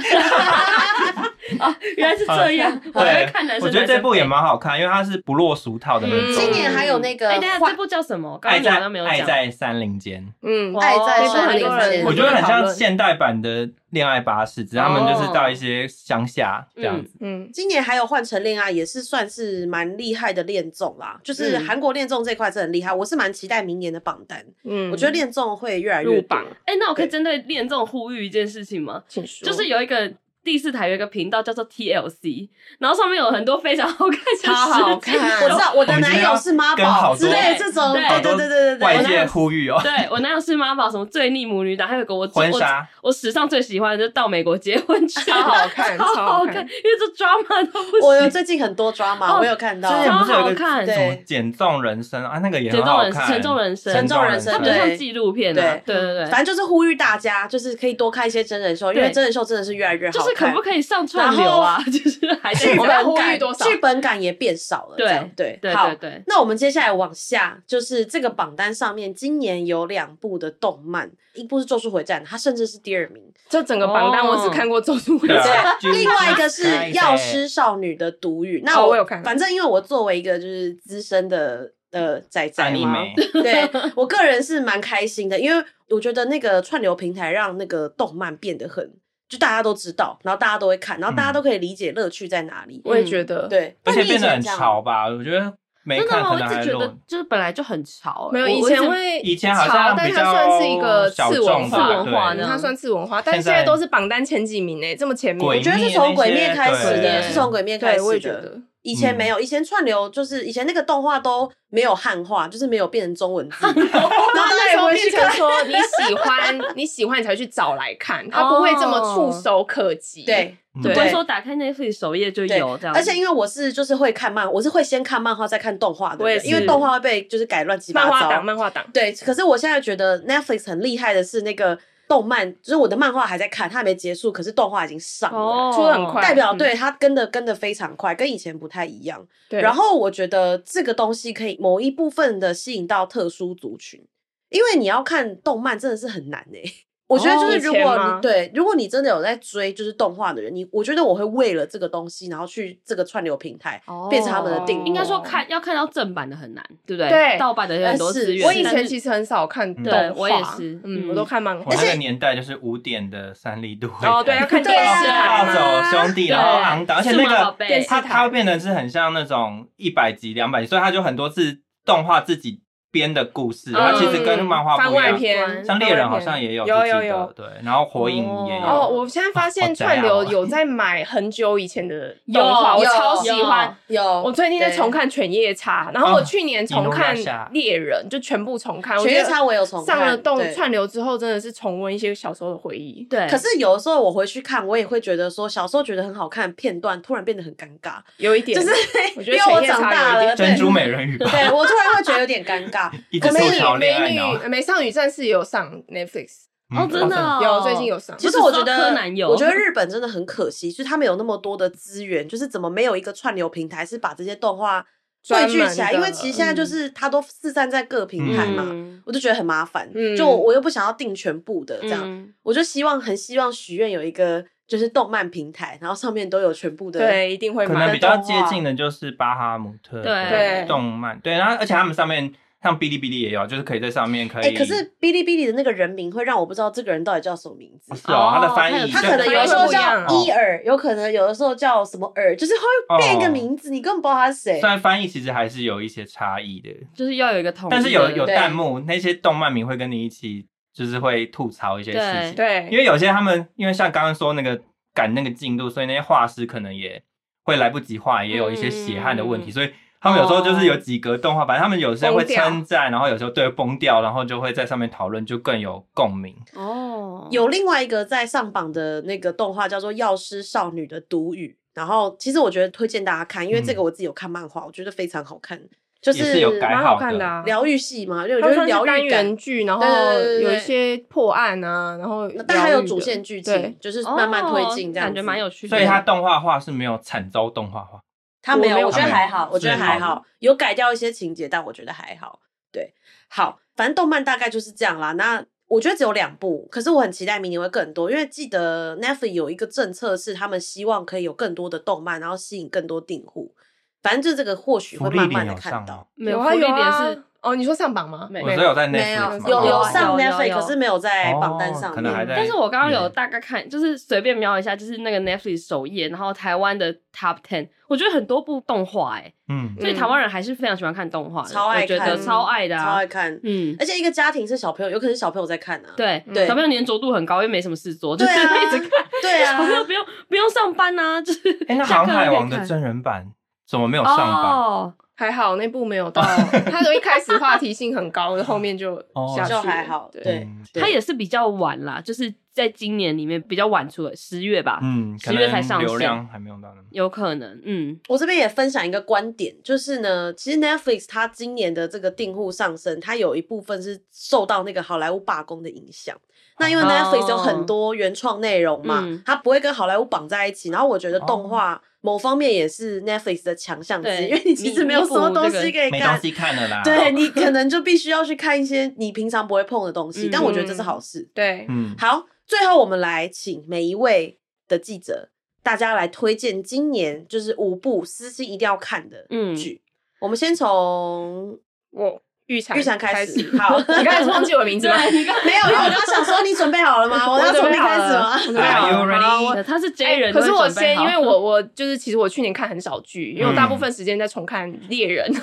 原来是这样。我还会
对
看男，生，
我觉得这部也
男生
蛮好看，因为它是不落俗套的那
嗯
种。
今年还有那个
配哎，等一下
花
这部叫什么？刚
爱
刚你好
在
像没有
爱
讲。哦
在山林间，
嗯，
哇
爱在
这部
山
很
林
多人
间，
我觉得很
讨
像
论
现代版的恋爱巴士，只是他们就是到一些乡下这样子。
嗯，
今年还有《换成恋爱》，也是算是蛮厉害的恋综啦。就是
嗯
韩国恋综这一块是很厉害，我是蛮期待明年的榜单。
嗯，
我觉得恋综会越来越
入
多
榜，
哎，那我可以针对恋综呼吁一件事情吗？
请说，
就是有一个第四台有一个频道叫做 TLC，然后上面有很多非常好看的
超好
视频
看
我知道我的
我们今
男
天
友是妈
跟好
宝
多
之类的这种，
对
对对哎对对对
外
对，
界呼吁哦，
对我男友是妈宝，什么最逆母女档，还有一个我
婚
我
纱
我史上最喜欢的就是到美国结 婚 去，
超好看，
超
超
好
好
看，因
看。
为这 drama 都不
我有
行。
最近很多抓
哦
马，我有看到
之。前不是有一
超好看
个什么
对
减重人生啊，那个也
减
很
重
好
人
看，
减重人生
减重人
减
它
重
比
人
较
生
像纪录片啊，对对对，
反正就是呼吁大家，就是可以多看一些真人秀，因为
对
真人秀真的是越来越好
就
看。
是可不可以上串流啊？ 就是还是
剧
我们要
本
呼吁
感
多少
剧本感也变少了。
对
这样对
对
好
对。对，
那我们接下来往下，就是这个榜单上面，今年有两部的动漫，一部是《咒术回战》，它甚至是第二名；
这整个榜单
哦
我只看过《咒术回
对
战》
啊，
另外一个是
就是
《药师少女的毒语》。那
哦我有看
反正因为我作为一个就是资深的
嗯
呃仔仔
战一
嘛，
枚，
对我个人是蛮开心的，因为我觉得那个串流平台让那个动漫变得很，就大家都知道，然后大家都会看，然后大
嗯
家都可以理解乐趣在哪里。
我也觉得，
对，
而且
那你以
变得
前
很
这样
啊
潮吧？我觉得没
真的
看
吗？
可
我
能
一
还
直觉得
论。
就是本来就很潮，
没有
我
以
我一直
前会
以前好
潮
像
但
比
它
较
算是一个
小
次
众
文化，
吧
吧，
文化
对
呢
它算次文化，但
现
现
在
在都是榜单前几名诶，欸这么前面，
鬼
我觉得是从《鬼灭》开始
对
的，
对
是从《鬼灭》开
对，
始
我也觉
的。
得，
以前没
嗯
有，以前串流就是以前那个动画都没有汉化，就是没有变成中文 字，然后大家
那
也
也
不
会
会去
变
看
成。说你喜欢， 你喜欢你才去找来看，它不会这么触手可及。
对，
嗯
对
不会说打开 Netflix 首页就
对
有这样子，
而且因为我是就是会看漫，我是会先看漫画再看动画的
我也
人，
是
因为动画会被就是改乱七八
漫画
糟
党，。漫画党，
对，可是我现在觉得 Netflix 很厉害的是那个动漫，就是我的漫画还在看，它还没结束，可是动画已经上了。
哦
出得很快
代表
嗯
对它跟的跟的非常快，跟以前不太一样。
对，
然后我觉得这个东西可以某一部分的吸引到特殊族群，因为你要看动漫真的是很难诶、我觉得就是
哦以
如
前
果你、
吗
对，如果你真的有在追就是动画的人，你我觉得我会为了这个东西，然后去这个串流平台、变成他们的定
哦
义。
应该说看要看到正版的很难，对不对？
对
盗版的有很多
呃是
资源。
我以
但
前
是
其实很少看
嗯
动画，
对我也是嗯
嗯，我都看漫
我
画
那。个年代就是五点的三立都会
哦，对，要看
对
电
啊
视台
暴
嘛
走兄弟，
对
然后昂档，而且
数码
那个
宝贝
电视
它
台
它会变成是很像那种一百集、两百集，所以它就很多次动画自己编的故事，它其实跟漫画
嗯番
不一
外
样。
篇，
像猎人好像也有自
有
己
有
的
有，。
对，然后火影也
有
哦，
有，
我现在发
好
现
宅
串流
哦
有在买很久以前的
有
动画，我
有
超喜欢。
有，
我最近在重看《犬夜叉》，然后我
哦
去年重看
伊诺亚夏
《猎人》，就全部重看。
《
我
犬
觉
夜
得
叉》我有重看
上了动
对
串流之后，真的是重温一些小时候的回忆。
对，
可是有的时候我回去看，我也会觉得说小时候觉得很好看的片段，突然变得很尴尬，
有一点
就是
我
因
觉
为
得犬
我
夜叉
长
有一
大
点
了，对
珍珠美人鱼 吧，
对我突然会觉得有点尴尬。
一直
我
受
们
潮恋爱
美
脑。
女美少女战士有上 Netflix，
哦，
嗯
真的哦
有最近有上。
其实我觉
我只知道
得
柯南有
我觉得日本真的很可惜，就是他们有那么多的资源，就是怎么没有一个串流平台是把这些动画汇聚起来？
专门的嗯
因为其实现在就是它都四散在各平台嘛，
嗯
我就觉得很麻烦。
嗯
就我又不想要订全部的这样，
嗯
我就希望很希望许愿有一个就是动漫平台，然后上面都有全部的。
对，一定会
可
买
能
的
比较
动
接
画
近的就是巴哈姆特
对
的
对
动漫，对，然后而且他们上面像哔哩哔哩也有，就是可以在上面可
哎、
以。
可是哔哩哔哩的那个人名会让我不知道这个人到底叫什么名 字。
是哦，它的翻
哦
译
他
就
可能有的时候
不一样哦
叫伊尔，有可能有的时候叫什么尔，就是他会变一个
哦
名字，你根本不知道他是谁
虽。然翻译其实还是有一些差异的，
就是要有一个统一的，
但是有有
对
弹幕，那些动漫迷会跟你一起，就是会吐槽一些事情，
对
因为有些他们因为像刚刚说那个赶那个进度，所以那些画师可能也会来不及画，也有一些血汗的问题，
嗯
所以。他们有时候就是有几格动画，反正他们有些会
崩掉
称赞，然后有时候对崩掉，然后就会在上面讨论，就更有共鸣。
哦，
有另外一个在上榜的那个动画叫做《药师少女的毒语》，然后其实我觉得推荐大家看，因为这个我自己有看漫画，我觉得非常好看，就
也是有改
蛮好看的啊。
疗愈系嘛，因为我
它
觉得
算是
疗
单
愈感
元。剧，然后
对对对对
有
对
一些破案啊，然后
但还
疗
有
愈的
主线剧
对
情，就是慢慢推进，这样
哦感觉蛮
子
有趣的，
所以它动画化是没有惨遭动画化，
他没有，
我没有
我觉得
看
还好，我觉得
是
还
好的
好，有改掉一些情节，但我觉得还好。对，好，反正动漫大概就是这样啦。那我觉得只有两部，可是我很期待明年会更多，因为记得 Netflix 有一个政策是他们希望可以有更多的动漫，然后吸引更多订户。反正就这个或许会
福利
慢
点
慢的
有上
看
吗
到，
没
有
福
啊
利
有
点
啊
是
哦，你说上榜吗？
没
我都有在
没有
Netflix 哦吗
有有上
有有
Netflix，
有
可是没有在
哦
榜单上面，
可能还在
但是我刚刚
嗯
有大概看，就是随便瞄一下，就是那个 Netflix 首页，然后台湾的 Top Ten，我觉得很多部动画哎、
嗯，
所以台湾人还是非常喜欢看动画的，
超爱
我觉得
看
超爱的、
超
啊，
爱看，
嗯，
而且一个家庭是小朋友，有可能是小朋友在看啊，
对
对
小朋友粘着度很高，因为没什么事做，就
对
是
啊
一直看，
对啊
小，朋友 不用不用上班呐、啊，就是
哎，那《
下
航
课
海王》
就可
的
以看
真人版怎么没有上榜？
哦，
还好那部没有 到，它从一开始话题性很高，后面就
哦
下去了
就还好
对，
对
嗯
对
它也是比较晚啦，就是在今年里面比较晚出来，十月吧，
嗯，可
十月才
能
上线
流量还没有到那么。
有可能，嗯，
我这边也分享一个观点，就是呢，其实 Netflix 它今年的这个订户上升，它有一部分是受到那个好莱坞罢工的影响。那因为
哦
Netflix 有很多原创内容嘛，
嗯哦
它不会跟好莱坞绑在一起。然后我觉得动画某方面也是 Netflix 的强项之
对
一，因为你其实没有什么东西可以
没东
看。
西啊看了啦。
对，你可能就必须要去看一些你平常不会碰的东西，
嗯
但我觉得这是好事。
对，
嗯，
好，最后我们来请每一位的记者，大家来推荐今年就是五部私心一定要看的
嗯
剧。我们先从
我预产
玉婵
开
开始，好，
你刚才是忘记我的名字吗？
对，你 刚
没有，因为我刚想说你准备好了吗？我要
准
从
备
零
好
开始
了
吗？
我准备
Are
好了
you
好我
ready？
他是 J
哎
人，
可是
都
我
会准备
先，
好
因为我我就是其实我去年看很少剧，因为我大
嗯
部分时间在重看猎人，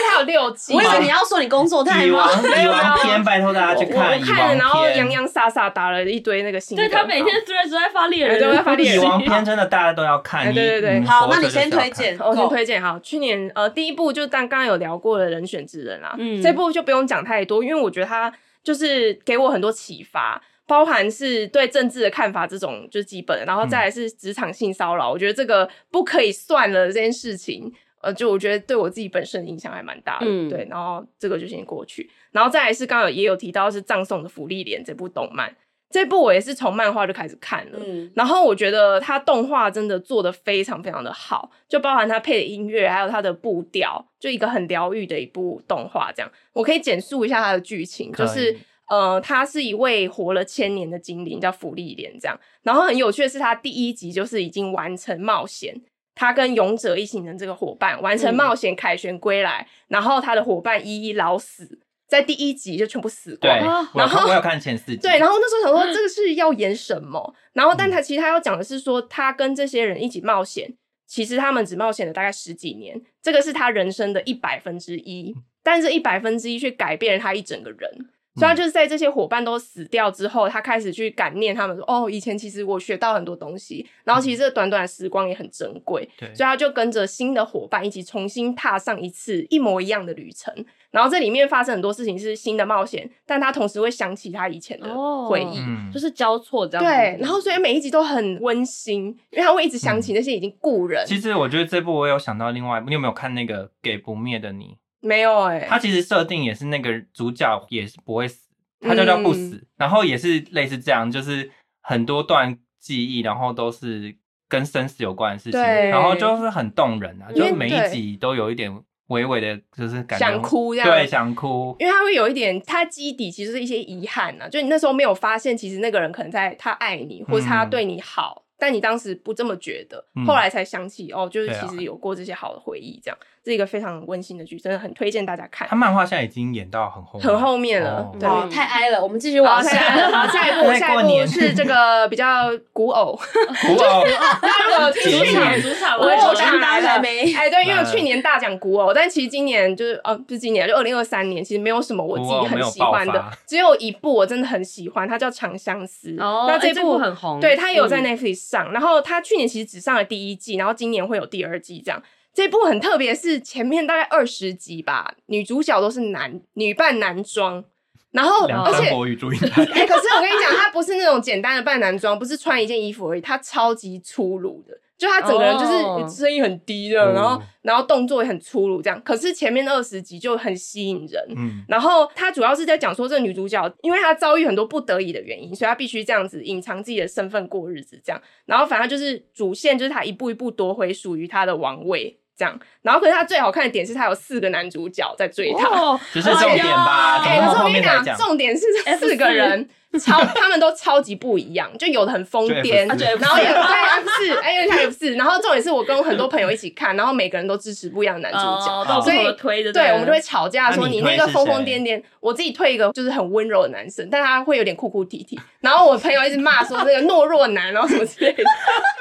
它有六季， 因为它有六
我
季。
以为你要说你工作太
蚁
忙
王，
没
蚁
有
王篇，拜托大家去
我我
看
我
蚁
看了，
王
然后洋
篇。
洋洒洒打了一堆那个新的。
对他每天 thread 都在发猎人，
对都在发猎
蚁
人
王篇真的大家都要看。
哎
你
对对对
你
好，那
活着
你
就是
先
要
推
看
荐，
我先
Go
哦推荐哈，去年呃第一部就但刚刚有聊过的人选之人啦，
嗯
这部就不用讲太多，因为我觉得它就是给我很多启发，包含是对政治的看法这种就是基本的，然后再来是职场性骚扰，我觉得这个不可以算了这件事情。呃，就我觉得对我自己本身影响还蛮大的，
嗯
对，然后这个就先过去，然后再来是刚刚有也有提到是《葬送的福利莲》这部动漫，这部我也是从漫画就开始看了，
嗯，
然后我觉得它动画真的做的非常非常的好，就包含它配的音乐，还有它的步调，就一个很疗愈的一部动画。这样，我可以简述一下它的剧情，
可
就
以
是呃，他是一位活了千年的精灵，叫芙莉莲这样。然后很有趣的是，他第一集就是已经完成冒险。他跟勇者一行人这个伙伴完
嗯
成冒险，凯旋归来，然后他的伙伴一一老死，在第一集就全部死光
对，我有
然后
看我有看前四集。
对，然后那时候想说这个是要演什么，然后但他其实他要讲的是说，他跟这些人一起冒险，其实他们只冒险了大概十几年，这个是他人生的一百分之一，但这一百分之一却改变了他一整个人。所以他就是在这些伙伴都死掉之后，他开始去感念他们说：“哦，以前其实我学到很多东西，然后其实这短短的时光也很珍贵。”
对
所以他就跟着新的伙伴一起重新踏上一次一模一样的旅程。然后这里面发生很多事情是新的冒险，但他同时会想起他以前的
哦
回忆。
嗯
就是交错这样子，
对，然后所以每一集都很温馨，因为他会一直想起那些已经故人。
嗯其实我觉得这部我有想到另外一部，你有没有看那个《给不灭的你
没有哎、》？
它其实设定也是那个主角也是不会死，他就叫不死，
嗯
然后也是类似这样，就是很多段记忆，然后都是跟生死有关的事情，
对
然后就是很动人啊，
因
就
为
是每一集都有一点微微的，就是感觉
想哭这样
对，想哭，
因为他会有一点，他基底其实是一些遗憾呐、就你那时候没有发现，其实那个人可能在他爱你，或是他对你好，但你当时不这么觉得，
嗯
后来才想起哦，就是
对啊
其实有过这些好的回忆，这样、是一个非常温馨的剧，真的很推荐大家看
他。漫画现在已经演到很后面
很后面了
哦
对
好，太哀了，我们继续
好，
往
下一
下。
部，好下一部，
在
下
过
一部
年
是这个比较古偶，
古偶，
大家如果
节
主
日
场
主场
我也
我
就
觉
上
得
来
还
了。
没
哎，对，因为
来
我
了
去年大讲古偶，但其实今年就是呃，不是今年，就二零二三年，其实没有什么我自己很喜欢
哦古偶没有
的
爆发，
只有一部我真的很喜欢，它叫《长相思》。
哦，
那
哎这
部
很红，
对，它也有在
嗯
Netflix 上。然后它去年其实只上了第一季，然后今年会有第二季这样。这部很特别，是前面大概二十集吧，女主角都是男女扮男装，然后
梁
而
山
且
伯与祝英台，
哎、可是我跟你讲，他不是那种简单的扮男装，不是穿一件衣服而已，他超级粗鲁的，就他整个人
哦
就是声音很低的，然后
哦
然后动作也很粗鲁这样。可是前面二十集就很吸引人，
嗯，
然后他主要是在讲说，这个女主角因为她遭遇很多不得已的原因，所以她必须这样子隐藏自己的身份过日子，这样。然后反正就是主线就是她一步一步夺回属于她的王位，这样。然后可是她最好看的点是她有四个男主角在追她。
哦，
只是重点吧，
哎
怎
哎、
么会
可是我
后
跟你
面才
讲，
讲？
重点是这四个人，超他们都超级不一样，就有的很疯癫，
就 F4
然后也对 F 四，哎，有点像 F 四。然后重点是我跟很多朋友一起看，然后每个人都支持不一样的男主角，
哦都有不
所以
同的推的，
对我们就会吵架，
那
说
你
你
推
那个
是
疯疯
谁
癫癫，我自己推一个就是很温柔的男生，但他会有点哭哭啼啼。然后我朋友一直骂说这个懦弱男，然后什么之类的，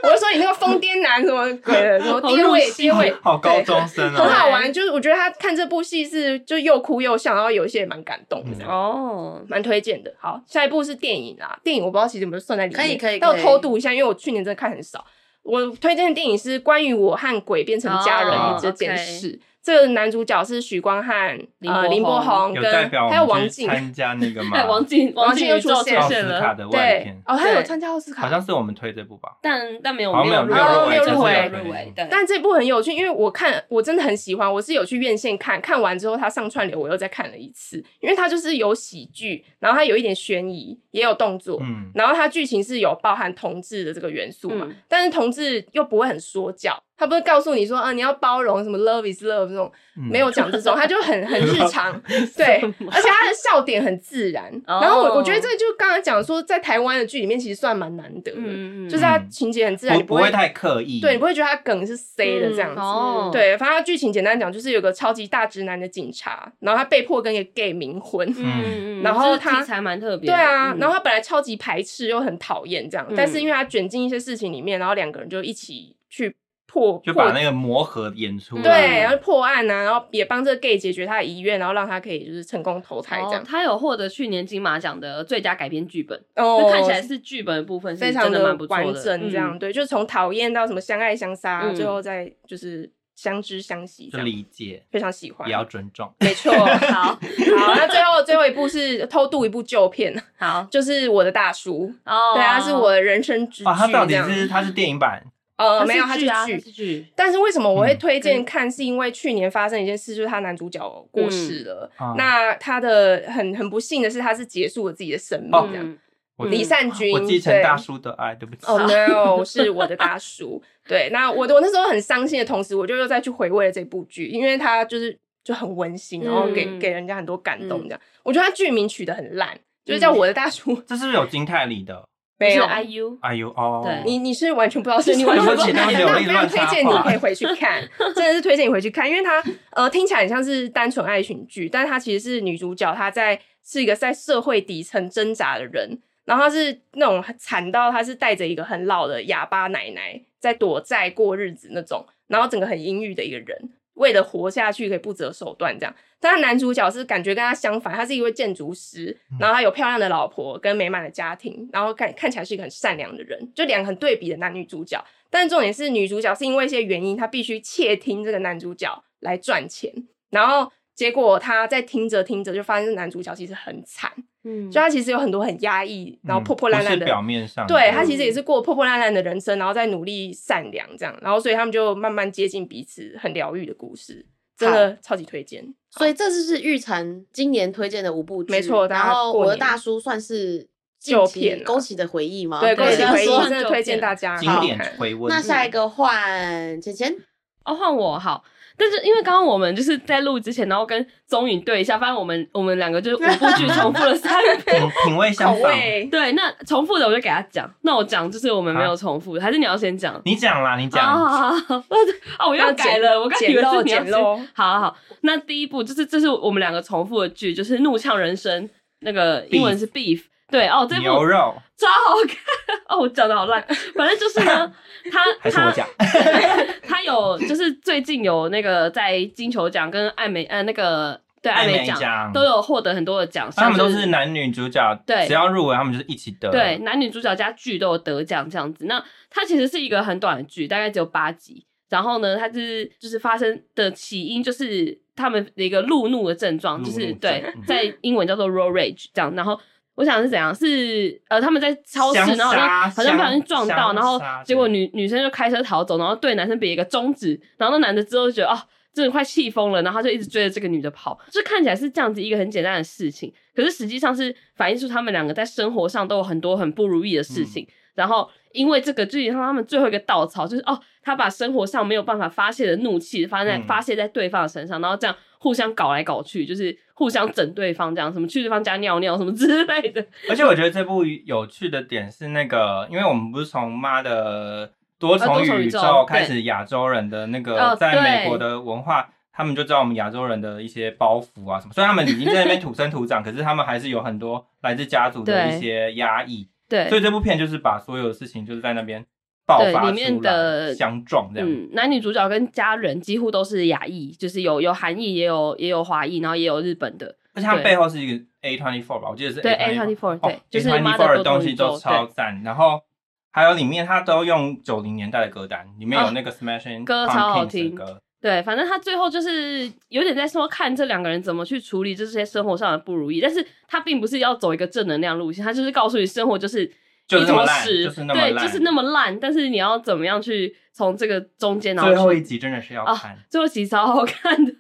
我就说你那个疯癫男什么鬼的，什么
好入
爹位
戏
爹位，
好高
对
中生
很
哦，
好玩。就是我觉得他看这部戏是就又哭又笑，然后有一些也蛮感动的这样。
哦，
蛮推荐的。好，下一部是电影啊，电影我不知道其实有没有算在里面，
可以可以
但我
可以
偷渡一下，因为我去年真的看很少。我推荐的电影是关于我和鬼变成家人
哦
这件
OK
事。这个男主角是许光汉、呃
林
林
柏
柏
宏
宏
有代
跟
表我
还有
们
王
去
静，
参加那 个吗
哎，？王静，
王
静
静又
宇宙
出
出
现了
奥
现
斯卡
了，
的外
对
片，
哦，他有
对
参加奥斯卡，
好像是我们推这部吧？
但但没有
好像没有
入
没有入
围，
围
就是有入围，对，
但这部很有趣，因为我看我真的很喜欢，我是有去院线看，看完之后它上串流我又再看了一次，因为它就是有喜剧，然后它有一点悬疑，也有动作，
嗯，
然后它剧情是有包含同志的这个元素嘛，
嗯
但是同志又不会很说教，他不会告诉你说，啊，你要包容什么 love is love 这种，
嗯
没有讲这种，他就很很日 常，对，而且他的笑点很自然。
哦
然后我我觉得这就刚才讲说，在台湾的剧里面其实算蛮难得的，
嗯嗯嗯
就是他情节很自然，
不
你
不
会
会太刻意，
对，你不会觉得他梗是
嗯
塞的这样子。
哦，
对，反正他剧情简单讲，就是有个超级大直男的警察，然后他被迫跟一个 gay 冥婚，
嗯，嗯嗯
然后
这个
他
题材蛮特别
对
的，
啊，
嗯
然后他本来超级排斥又很讨厌这样，
嗯
但是因为他卷进一些事情里面，然后两个人就一起去破
就
破
把那个磨合演出来。
对，然后破案啊，然后也帮这个 gay 解决他的遗愿，然后让他可以就是成功投胎这
哦
样。
他有获得去年金马奖的最佳改编剧本，
哦
就看起来是剧本的部分是
非常
真的蛮不错
完
的，
整这样，
嗯
对，就是从讨厌到什么相爱相杀，
嗯
最后再就是相知相惜
就
这样，
理解，
非常喜欢
也。要尊重。
没错，好，好，那最后最后一部是偷渡一部旧片，
好
就是我的大叔，
哦，
对啊，是我的人生之剧
哇，他哦到
这
底
样。
是他是电影版，
呃，
它是
没有，他
剧啊，
剧
它，是剧，
但是为什么我会推
嗯
荐看？是因为去年发生一件事，就是他男主角过世了。
嗯啊
那他的很很不幸的是，他是结束了自己的生命。
哦
这
嗯
样，
我
李善均，
我继承
对
大。叔的爱，对不起。
哦、no，是我的大叔。 对，那我我那时候很伤心的同时，我就又再去回味了这部剧，因为他就是就很温馨，然后给、
嗯
给人家很多感动。
嗯
这样，我觉得他剧名取得很烂，就是叫《我的大叔》
这是嗯不是有金泰梨的，
没有
是 IU，
哎呦哦，
对
你你是完全不知道是你完全
对不起
知道
对不起
那
我
我
一直
非常
乱
推荐
插
你
话
可以回去看，真的是推荐你回去看，因为它呃听起来很像是单纯爱情剧，但是它其实是女主角她在是一个在社会底层挣扎的人，然后她是那种惨到她是带着一个很老的哑巴奶奶在躲债过日子那种，然后整个很阴郁的一个人，为了活下去可以不择手段这样。但他男主角是感觉跟他相反，他是一位建筑师，
嗯
然后他有漂亮的老婆跟美满的家庭，然后看看起来是一个很善良的人，就两个很对比的男女主角。但是重点是女主角是因为一些原因，她必须窃听这个男主角来赚钱，然后结果她在听着听着就发现这男主角其实很惨，
嗯
就他其实有很多很压抑，然后
嗯
破破烂
不
烂
是
的。
表嗯面上的，
对他其实也是过破破烂烂的人生，然后再努力善良这样，然后所以他们就慢慢接近彼此，很疗愈的故事，真的超级推荐。
所以这就是玉成今年推荐的五部剧，
没错大
然
家
后
过
我的
年
大叔算是近
旧
期
片啊
勾起的回忆吗？
对，
对
恭
这
喜
就
样
回忆，
说
真的推荐大家。
经
好看
典回温。
那下一个换浅浅，
哦，换我好。但是因为刚刚我们就是在录之前，然后跟宗宇对一下，发现我们我们两个就是五部剧重复 了三遍。
品品味
口
相仿，
味，
对，那重复的我就给他讲。那我讲就是我们没有重复，还是你要先讲？
你讲啦，你
啊
哦
讲，
啊！我
要
又改了，我刚以
简
为
陋
是你要
简
先
陋。
好好好，那第一部就是这是我们两个重复的剧，就是《怒呛人生》，那个英文是 beef。对哦，这部
牛肉
超好看哦！我讲的好烂，反正就是呢，他
还是我
他
讲？
他有就是最近有那个在金球奖跟艾美呃那个对艾美
艾美
奖
奖
都有获得很多的奖，
他
项，
们都是男女主角，
对
只要入围，他们就是一起得。
对，男女主角加剧都有得奖这样子。那它其实是一个很短的剧，大概只有八集。然后呢，它就是就是发生的起因就是他们的一个路怒的症状，就
路怒
是
症
对
嗯，
在英文叫做 road rage 这样。然后我想是怎样？是呃，他们在超市，
相
然后好像
杀
好像不小心
相
撞到，
相
然后
杀
结果
对
女女生就开车逃走，然后对男生比一个中指，然后那男的之后就觉得哦。真的快气疯了，然后他就一直追着这个女的跑，就看起来是这样子一个很简单的事情，可是实际上是反映出他们两个在生活上都有很多很不如意的事情。然后因为这个，就让他们最后一个稻草就是哦，他把生活上没有办法发泄的怒气发在
嗯
发泄在对方的身上，然后这样互相搞来搞去，就是互相整对方，这样什么去对方家尿尿什么之类的。
而且我觉得这部有趣的点是那个，因为我们不是从妈的多重宇
呃多重宇宙
宙开始，亚洲人的那
哦
个
对
在美国的文化，他们就知道我们亚洲人的一些包袱啊什么。虽然他们已经在那边土生土 长，可是他们还是有很多来自家族的
对
一些压抑。
对，
所以这部片就是把所有事情就是在那边爆
对
发出
里
来，
面的
相撞这样。
嗯，男女主角跟家人几乎都是亚裔，就是有有韩裔，也有也有华裔，然后也有日本的。
而且他
对
们背后是一个 A twenty four 吧，我记得是
对
A
A24
four，
对就是
，A twenty
妈的
four 的
多重
哦东
宇
西
宙
都超赞。然后还有里面他都用九零年代的歌单，里面有那个 Smashing
哦歌超好
Pumpkins 的
听
歌，
对，反正他最后就是有点在说看这两个人怎么去处理这些生活上的不如意，但是他并不是要走一个正能量路线，他就是告诉你生活就是
就是
一
那么
坨
烂
屎，
就是那么
对，
烂
就是那么烂，但是你要怎么样去从这个中间，然后
最后
去
一集真的是要
啊
看，
最后几集超好看的。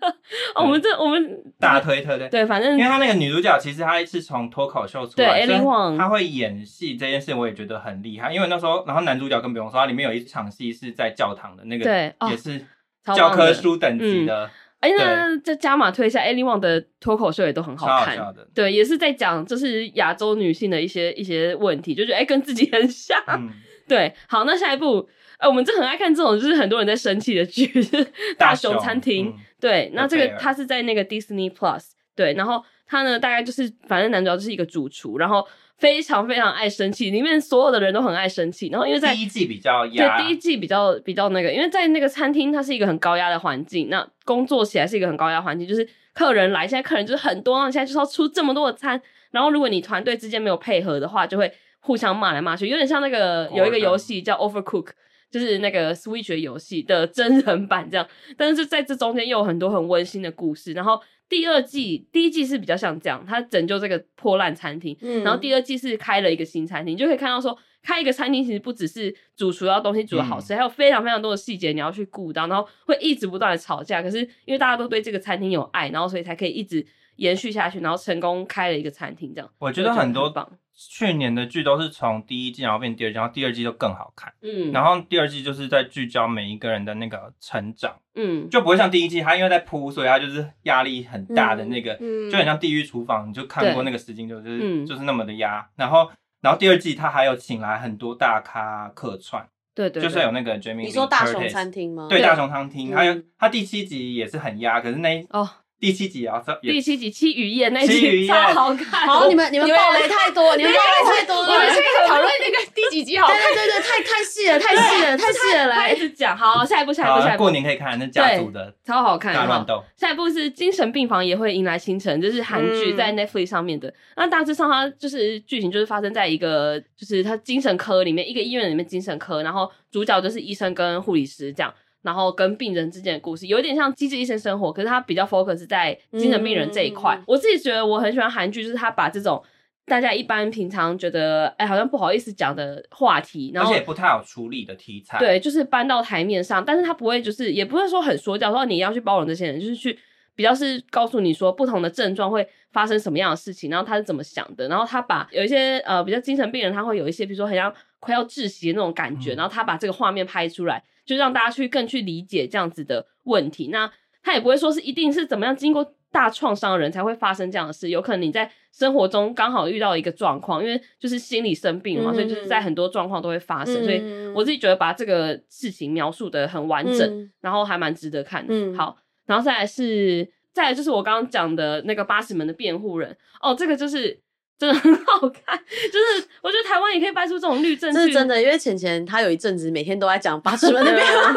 哦，我们这我们
大推特对。
对，反正
因为他那个女主角其实她是从脱口秀出来，
对
所
，Ellie
以
Huang
她会演戏这件事我也觉得很厉害。因为那时候，然后男主角更不用说，他里面有一场戏是在教堂的那个，
对哦
也是
超棒
教科
的
书等级
嗯
的，
哎，
对
那再加码推一下 Ellie Wang 的脱口秀也都很
超
好
好
看，
笑的。
对，也是在讲就是亚洲女性的一些一些问题，就觉得哎、跟自己很像。
嗯，
对，好，那下一步，呃，我们这很爱看这种就是很多人在生气的剧，就是大熊餐厅。
嗯
对，那这个
贝尔
它是在那个 Disney Plus，对，然后他呢大概就是反正男主角就是一个主厨，然后非常非常爱生气，里面所有的人都很爱生气，然后因为在
第一季比较压，
对，第一季比较比较那个，因为在那个餐厅，它是一个很高压的环境，那工作起来是一个很高压的环境，就是客人来，现在客人就是很多，那你现在就是要出这么多的餐，然后如果你团队之间没有配合的话，就会互相骂来骂去，有点像那个有一个游戏叫 Overcook。就是那个 Switch 的游戏的真人版这样，但是在这中间又有很多很温馨的故事。然后第二季，第一季是比较像这样，他拯救这个破烂餐厅，
嗯
然后第二季是开了一个新餐厅，你就可以看到说，开一个餐厅其实不只是主厨要东西煮的好吃，
嗯
还有非常非常多的细节你要去顾到，然后会一直不断的吵架。可是因为大家都对这个餐厅有爱，然后所以才可以一直延续下去，然后成功开了一个餐厅这样。
我觉得很
我觉
多
得很棒
去年的剧都是从第一季然后变第二季，然后第二季就更好看。
嗯，
然后第二季就是在聚焦每一个人的那个成长，
嗯，
就不会像第一季，他因为在铺，所以他就是压力很大的那个，
嗯
就很像《地狱厨房》，你就看过那个石金就就是、
嗯
就是那么的压。然后，然后第二季他还有请来很多大咖客串，
对对，
就是有那个 Jamie，
你说大熊
Lee Curtis
餐厅吗？
对
对
大熊餐
嗯
厅，还有他第七集也是很压，可是那一
哦，
第七集也要也
第七集《七语宴》那一
七语
集
宴
超好看，哦
好，你们你们暴雷太多，你们暴雷太多
我
了。
们现在讨论那个第几集好
对对 对对，太太细了，太细了，太细了，
他
来
一。直讲，好，下一步，下一
好
步，下一
过
步，
年可以看那家族的
超好看，
大
好
乱斗。
下一部哦是《精神病房》，也会迎来清晨，就是韩剧
嗯
在 Netflix 上面的。那
嗯
大致上，它就是剧情就是发生在一个就是它精神科里面，一个医院里面精神科，然后主角就是医生跟护理师这样，然后跟病人之间的故事，有一点像《机智医生生活》，可是它比较 focus 在精神病人这一块。
嗯
我自己觉得我很喜欢韩剧，就是它把这种。大家一般平常觉得，哎、好像不好意思讲的话题，然
而
后
且也不太好处理的题材。
对，就是搬到台面上，但是他不会就是也不会说很说教，说你要去包容这些人，就是去比较是告诉你说不同的症状会发生什么样的事情，然后他是怎么想的，然后他把有一些呃比较精神病人，他会有一些比如说很像快要窒息的那种感
嗯
觉，然后他把这个画面拍出来，就让大家去更去理解这样子的问题。那他也不会说是一定是怎么样经过大创伤的人才会发生这样的事，有可能你在生活中刚好遇到一个状况，因为就是心理生病嘛，
嗯
所以就是在很多状况都会发生，所以
嗯
我自己觉得把这个事情描述的很完整，
嗯
然后还蛮值得看的。
嗯
好，然后再来是，再来就是我刚刚讲的那个八十门的辩护人哦，这个就是真的很好看，就是我觉得台湾也可以拍出这种律政
这
剧，
是真的，因为浅浅她有一阵子每天都在讲八尺门那边，啊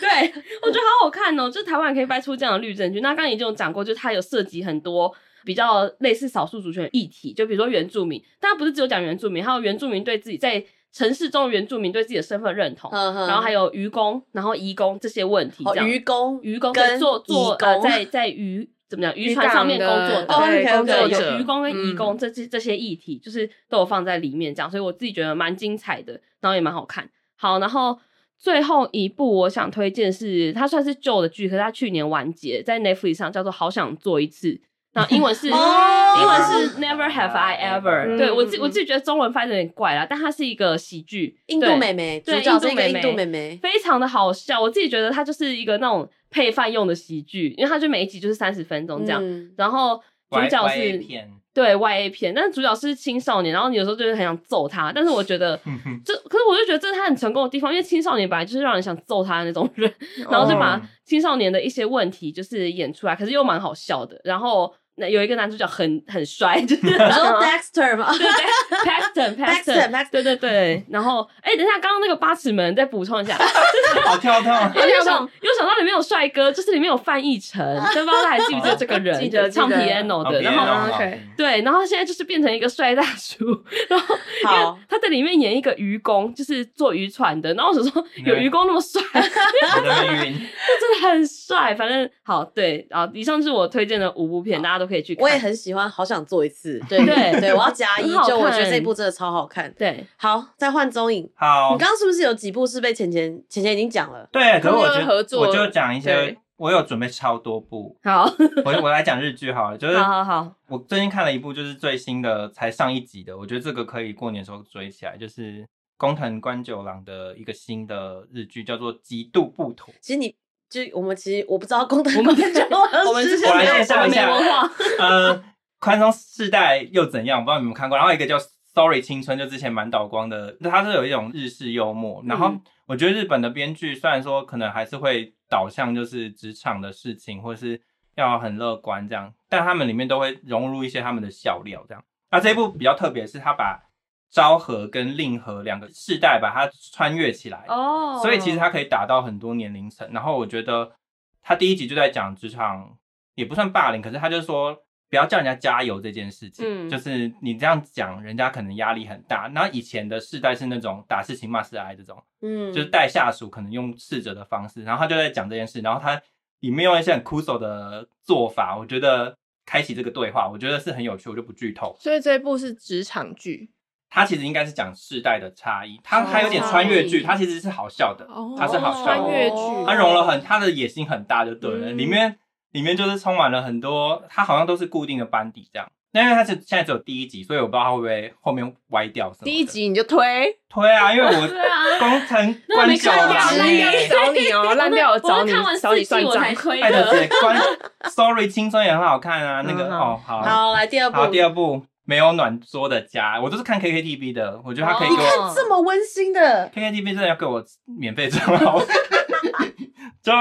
对，我觉得好好看哦，就是台湾也可以拍出这样的律政剧。那刚刚已经有讲过，就是它有涉及很多比较类似少数族群的议题，就比如说原住民，但它不是只有讲原住民，还有原住民对自己在城市中的原住民对自己的身份认同，
嗯哼
然后还有渔工，然后移工这些问题，
哦
这样
愚公
渔工
跟
对做做
移
呃
工
在在渔怎么讲渔
渔
船上面工
港的
作的
哦
对
OK，OK，
工作
有
者
有渔工跟移工
嗯
这些、这些议题，就是都有放在里面这样，所以我自己觉得蛮精彩的，然后也蛮好看。好，然后最后一部我想推荐是，它算是旧的剧，可是它去年完结，在 Netflix 上叫做《好想做一 次》，然后英文是英
哦
文 是 Never Have I Ever
嗯
对我自
嗯
我自己觉得中文翻得有点怪啦，但它是一个喜剧，
印度
对
妹妹，主
对
角是一
印
个
度妹
印
妹
度妹妹，
非常的好笑。我自己觉得它就是一个那种配饭用的喜剧，因为它就每一集就是三十分钟这样，
嗯
然后主角是
YA 片，。
对 Y A 片，但是主角是青少年，然后你有时候就是很想揍他，但是我觉得
嗯
这可是我就觉得这是他很成功的地方，因为青少年本来就是让人想揍他的那种 人，然后就把
嗯
青少年的一些问题就是演出来，可是又蛮好笑的。然后那有一个男主角很很帅， 就是
你 说 Dexter 吗？
对 Paxton
Paxton，Paxton
对对对。然后哎、等一下，刚刚那个八尺门再补充一下，
好跳啊动，
又想又想到里面有帅哥，就是里面有范 逸臣，对不知道大家还记不记得这个人，
记得
唱
记得
piano
哦
的，然后。
piano，好
OK
对，然后他现在就是变成一个帅大叔，然后因
好
为他在里面演一个愚公，就是做渔船的，然后我想说有
对
愚公那么帅， 他
哦我在那 边晕，
真的很帅。反正好，对，啊，以上是我推荐的五部片，大家都可以去看。
我也很喜欢，好想做一次。对
对
对，我要加一，
很好
就我觉得
看
这一部真的超好看。
对，
好，再换综影。
好
你，刚刚是不是有几部是被浅浅浅浅已经讲了？
对，可是我
他们
觉
有合
得
作
我就讲一些
对，
我有准备超多部，
好，
我我来讲日剧好了，就是
好好好，
我最近看了一部，就是最新的，才上一集的，我觉得这个可以过年的时候追起来，就是工藤官九郎的一个新的日剧，叫做《极度不妥》。
其实你就我们其实我不知道工藤
我们
官九郎
我们之
是
前
我来
没有
介绍
我们
一下
哦
没文化，
呃，宽松世代又怎样？我不知道你们有没有看过。然后一个叫《Sorry 青春》，就之前满岛光的，它是有一种日式幽默。然后
嗯
我觉得日本的编剧虽然说可能还是会导向就是职场的事情，或是要很乐观这样，但他们里面都会融入一些他们的笑料这样。那这一部比较特别，是他把昭和跟令和两个世代把它穿越起来。
哦
所以其实它可以打到很多年龄层。然后我觉得他第一集就在讲职场，也不算霸凌，可是他就说不要叫人家加油这件事情，
嗯
就是你这样讲，人家可能压力很大。那以前的世代是那种打是情骂是爱这种，
嗯
就是带下属可能用斥责的方式，然后他就在讲这件事，然后他里面用一些很枯手的做法，我觉得开启这个对话，我觉得是很有趣，我就不剧透。
所以这一部是职场剧
它其实应该是讲世代的差异，它它有点
哦
穿越剧，它其实是好笑的，
哦
它是好笑的。
穿越剧，
他融了很，他的野心很大，就对了。
嗯
里面里面就是充满了很多，他好像都是固定的班底这样。那因为他是现在只有第一集，所以我不知道他会不会后面歪掉什么的。
第一集你就推，
推啊，因为我
对啊
工程
那我
关
没
久
看
了
到
烂掉
烂掉
了
了
找你哦，烂掉了找
我
你
看完，
找
四
你
季
算
我才
账。
推
爱的
的，
姐关，sorry，青春也很好看啊。那个、
嗯
哦，好，
好，来第二部，
好，第二部没有暖桌的家，我都是看 KKTV 的，我觉得他可以
哦
你
给我、
看这么温馨 的，
KKTV 真的要给我免费账号。 就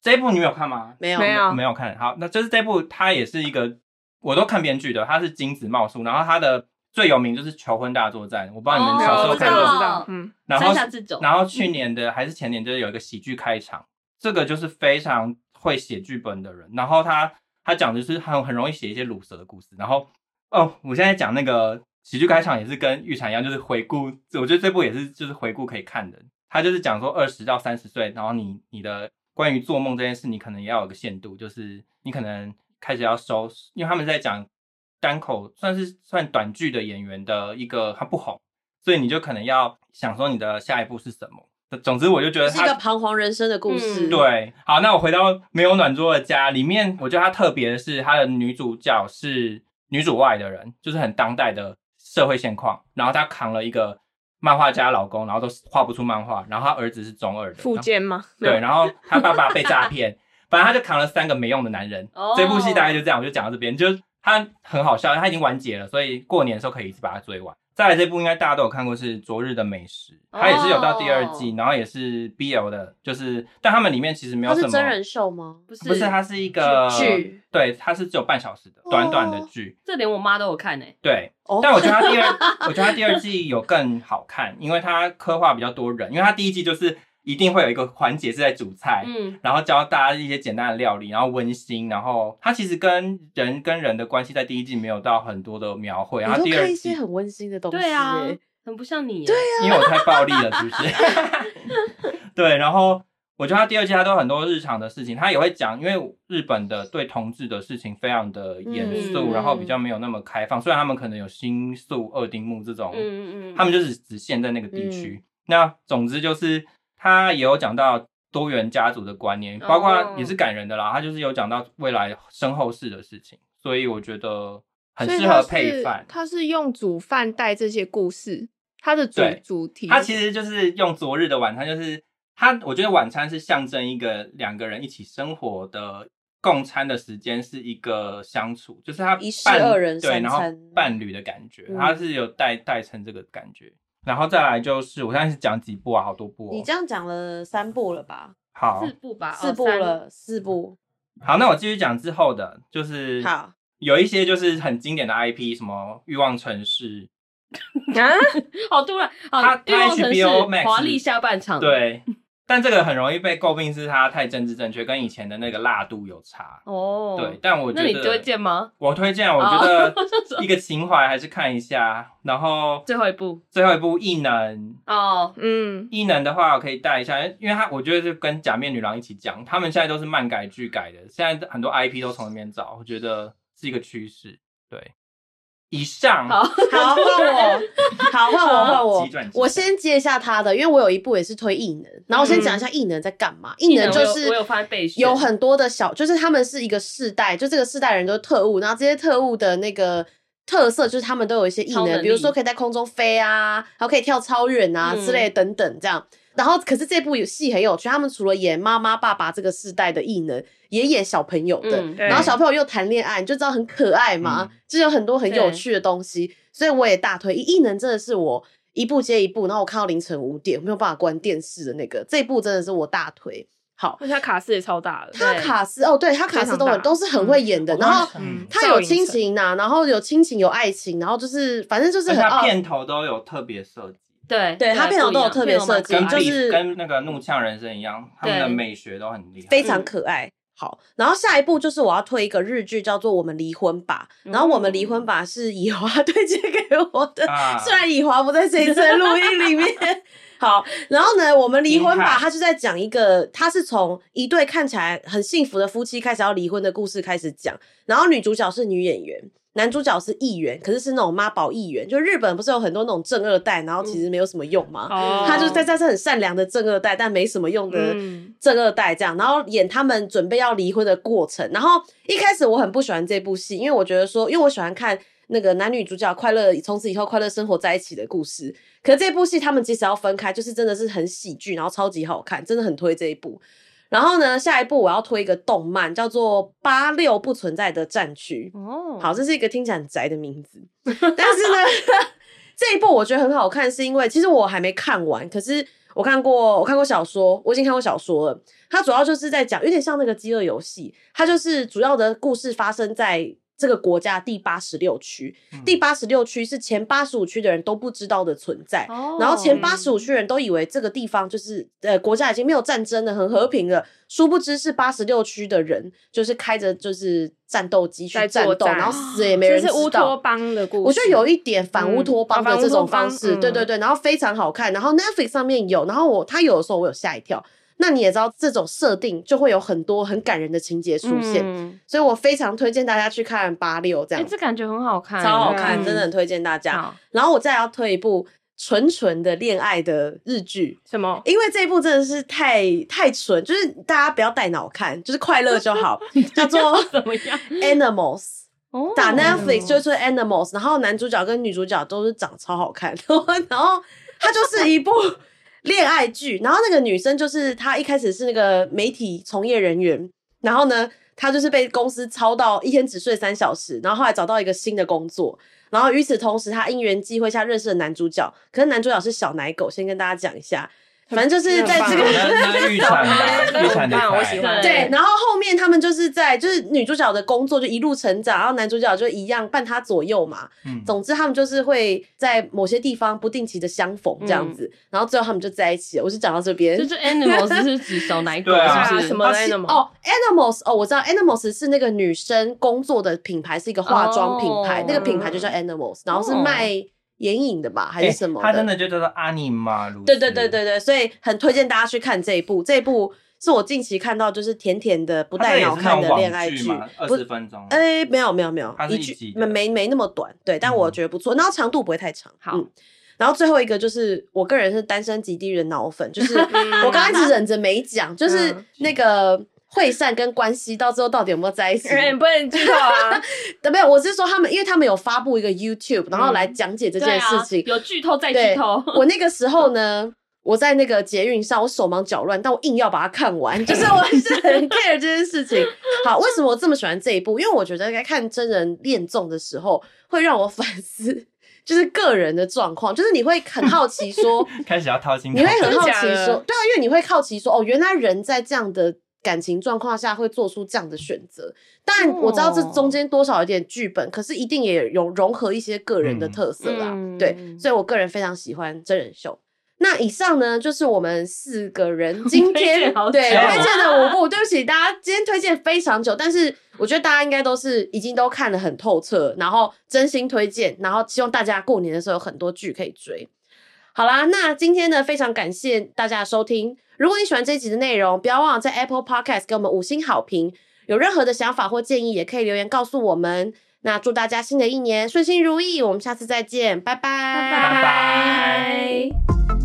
这一部你没有看吗？
没有
没
啊
有
没有看。好，那就是这部，它也是一个我都看编剧的，它是金子茂树，然后它的最有名就是《求婚大作战》，我不知道你们
哦
小时
我
候
知
看
道，
过。
我知
哦
道，嗯，
然
山
后
下智久嗯
然后去年的还是前年，就是有一个喜剧开场，这个就是非常会写剧本的人。然后他他讲的就是很很容易写一些鲁蛇的故事。然后哦，我现在讲那个喜剧开场也是跟预产一样，就是回顾，我觉得这部也是就是回顾可以看的。他就是讲说二十到三十岁，然后你你的关于做梦这件事，你可能也要有个限度，就是你可能开始要收，因为他们在讲单口算是算短剧的演员的一个他不红，所以你就可能要想说你的下一步是什么。总之，我就觉得
是一个
他
彷徨人生的故事。
嗯，
对。好，那我回到没有暖桌的家里面，我觉得它特别的是它的女主角是女主外的人，就是很当代的社会现况。然后她扛了一个漫画家老公，然后都画不出漫画，然后她儿子是中二的
附件吗？
对，然后他爸爸被诈骗，反正他就扛了三个没用的男人。
哦
这部戏大概就这样，我就讲到这边，就是他很好笑，他已经完结了，所以过年的时候可以一次把它追完。再来这部应该大家都有看过，是《昨日的美食》，它也是有到第二季，
哦
然后也是 BL 的，就是但他们里面其实没有
它
什么
是真人秀吗？
不是
不是，它是一个
剧，
对，它是只有半小时的短短的剧，
这连我妈都有看欸诶，
对，
哦
但我觉得他第二，我觉得他第二季有更好看，因为他刻画比较多人，因为他第一季就是一定会有一个环节是在煮菜，
嗯，
然后教大家一些简单的料理，然后温馨，然后它其实跟人跟人的关系在第一季没有到很多的描绘，然后
你
第
都
二
看一些
季
很温馨的东西、
对啊
欸，
很不像你，对啊，
因为我太暴力了，是不 是？对，然后我觉得他第二季他都有很多日常的事情，他也会讲，因为日本的对同志的事情非常的严肃，
嗯
然后比较没有那么开放，虽然他们可能有新宿二丁目这种
嗯嗯嗯，
他们就是只限在那个地区。那总之就是他也有讲到多元家族的观念，
哦
包括也是感人的啦。他就是有讲到未来身后事的事情，所以我觉得很
所以
适
他
合
是
配饭。
他是用煮饭带这些故事，他的主
对
主题，
他其实就是用昨日的晚餐，就是他，我觉得晚餐是象征一个两个人一起生活的共餐的时间，是一个相处，就是他
一室
伴
二人
对，
三
然后
餐
伴侣的感觉，
嗯
他是有带带成这个感觉。然后再来就是，我现在是讲几部啊，好多部、哦。
你这样讲了三部了吧？
好
四部吧，
四
哦
部，了，四部。
好，那我继续讲之后的，就是
好，
有一些就是很经典的 IP，什么《欲望城市》，
啊，
三好哦突然，
他
好，
他
欲望城市
HBO Max
华丽下半场，，
对，但这个很容易被诟病是它太政治正确，跟以前的那个辣度有差。
哦，
对，，但我觉
那
得
你推荐吗？
我推荐，我
哦
觉 得一个情怀还是看一下。然后
最后一部
最后一部异能，
哦，
嗯，
异能的话我可以带一下，因为他我觉得就跟假面女郎一起讲，他们现在都是漫改剧改的，现在很多 IP 都从那边找，我觉得是一个趋势。对，以上
好，
好，换我，好，换我，换我
急转直下
我先接一下他的，因为我有一部也是推异能，然后我先讲一下异能在干嘛。异能
嗯我
就
有
是
我有翻备选，
有很多的小，就是他们是一个世代，就这个世代人都是特务，然后这些特务的那个特色就是他们都有一些异
超能
能，
力
比如说可以在空中飞啊，然后可以跳超远啊、
嗯
之类的等等这样。然后，可是这部戏很有趣，他们除了演妈妈、爸爸这个世代的异能，也演小朋友的。
嗯，
对
然后小朋友又谈恋爱，你就知道很可爱嘛
嗯，
就有很多很有
对
趣的东西，所以我也大推《异能》，真的是我一部接一部，然后我看到凌晨五点，没有办法关电视的那个，这一部真的是我大推。好，
而且他卡斯也超大的，
他
对
卡斯哦，对他卡斯都
非常
很
大
都是很会演的，然后
嗯
他有亲
赵寅
情呐、然后有亲情有爱情，然后就是反正就是
而且
很哦
它
傲，
片头都有特别设计，
对，啊
对他片头都有
不一样
特别
片头蛮
设计
可
跟
爱
哦就
Beef，
是
跟那个怒呛人生一样，他们的
对
美学都很厉害。
非常可爱。好，然后下一步就是我要推一个日剧，叫做《我们离婚吧》，然后《我们离婚吧》是以华推荐给我的，
啊
虽然以华不在这一次的录音里面。好，然后呢，我们离婚
明
吧
白，
他就在讲一个，他是从一对看起来很幸福的夫妻开始要离婚的故事开始讲，然后女主角是女演员。男主角是议员，可是是那种妈宝议员，就日本不是有很多那种正二代，然后其实没有什么用吗？
嗯
哦
他就是在这是很善良的正二代，但没什么用的
嗯
正二代这样，然后演他们准备要离婚的过程。然后一开始我很不喜欢这部戏，因为我觉得说，因为我喜欢看那个男女主角快乐从此以后快乐生活在一起的故事。可这部戏他们即使要分开，就是真的是很喜剧，然后超级好看，真的很推这一部。然后呢，下一部我要推一个动漫，叫做《八六不存在的战区》。
哦，
好，这是一个听起来很宅的名字，但是呢，这一部我觉得很好看，是因为其实我还没看完，可是我看过，我看过小说，我已经看过小说了。它主要就是在讲，有点像那个《饥饿游戏》，它就是主要的故事发生在这个国家第八十六区。
嗯
第八十六区是前八十五区的人都不知道的存在，
哦，
然后前
嗯
八十五区人都以为这个地方就是呃国家已经没有战争了，很和平了，殊不知是八十六区的人就是开着就是战斗机去
在
战
作
斗，
战
然后死也没
这
人
是乌
知
托
道。
邦的故事，
我觉得有一点反乌托邦
嗯
的
啊
这种方
反
式，
乌托邦嗯
对对对，然后非常好看，然后 Netflix 上面有，然后我他有的时候我有吓一跳。那你也知道，这种设定就会有很多很感人的情节出现，
嗯
所以我非常推荐大家去看八六这
哎，
样
这
子，
感觉很好看，
超好看，
嗯
真的很推荐大家。
好
然后我再要推一部纯纯的恋爱的日剧，
什么？
因为这一部真的是太太纯，就是大家不要带脑看，就是快乐就好，叫做
怎么样？
Animals。
哦
打 Netflix
哦
就是 Animals，然后男主角跟女主角都是长超好看， 然后它就是 一部恋爱剧，然后那个女生就是她一开始是那个媒体从业人员，然后呢，她就是被公司操到一天只睡三小时，然后后来找到一个新的工作，然后与此同时她因缘际会下认识了男主角，可是男主角是小奶狗，先跟大家讲一下，反正就是在这个
很棒
啊 那那预产吧，预产的
我喜欢。
对
对，然后后面他们就是在就是女主角的工作就一路成长，然后男主角就一样伴她左右嘛。
嗯，
总之，他们就是会在某些地方不定期的相逢这样子，然后最后他们就在一起了。我是讲到这边
就是 animals 是指小奶狗，
对啊
是不是？
什么 animal？
哦，Animals 哦，我知道 Animals 是那个女生工作的品牌，是一个化妆品牌
哦
那个品牌就叫 Animals，然后是
哦
卖眼影的吧，还是什么
哎他真的就叫做阿尼玛鲁。
对对对对，对，所以很推荐大家去看这一部，这一部是我近期看到就是甜甜的不
不
带脑看的恋爱剧，
二
不
十分钟。
哎、没有没有没有
它，是一集
句
的
没没没那么短，对，但我
嗯
觉得不错，然后长度不会太长。
好
嗯然后最后一个就是我个人是单身极地狱的脑粉，就是我刚开始忍着没讲，就是
嗯
那个惠善跟关系到最后到底有没有在一起？
人哎不能剧 透啊，
但没有，我是说他们，因为他们有发布一个 YouTube，然后来讲解这
这
件事情。
啊有剧透再
对
剧透，
我那个时候呢，我在那个捷运上，我手忙脚乱，但我硬要把它看完，就是我 是很 care 这件事情。好，为什么我这么喜欢这一部？因为我觉得在看真人恋综的时候，会让我反思，就是个人的状况，就是你会很好奇说，
开始要掏心
你
掏
会
肺，
很好奇
真的假
说
的，
对啊，因为你会好奇说，哦，原来人在这样的感情状况下会做出这样的选择。但我知道这
哦
中间多少有点剧本，可是一定也有融合一些个人的特色啦。
嗯
对，
嗯
所以我个人非常喜欢真人秀。那以上呢，就是我们四个人今天
推荐好
对推
久
荐的五部。对不起，大家今天推荐非常久，但是我觉得大家应该都是已经都看得很透彻，然后真心推荐，然后希望大家过年的时候有很多剧可以追。好啦，那今天呢，非常感谢大家的收听。如果你喜欢这一集的内容，不要忘了在 Apple Podcast 给我们五星好评。有任何的想法或建议，也可以留言告诉我们。那祝大家新的一年顺心如意，我们下次再见，拜拜
拜拜
拜。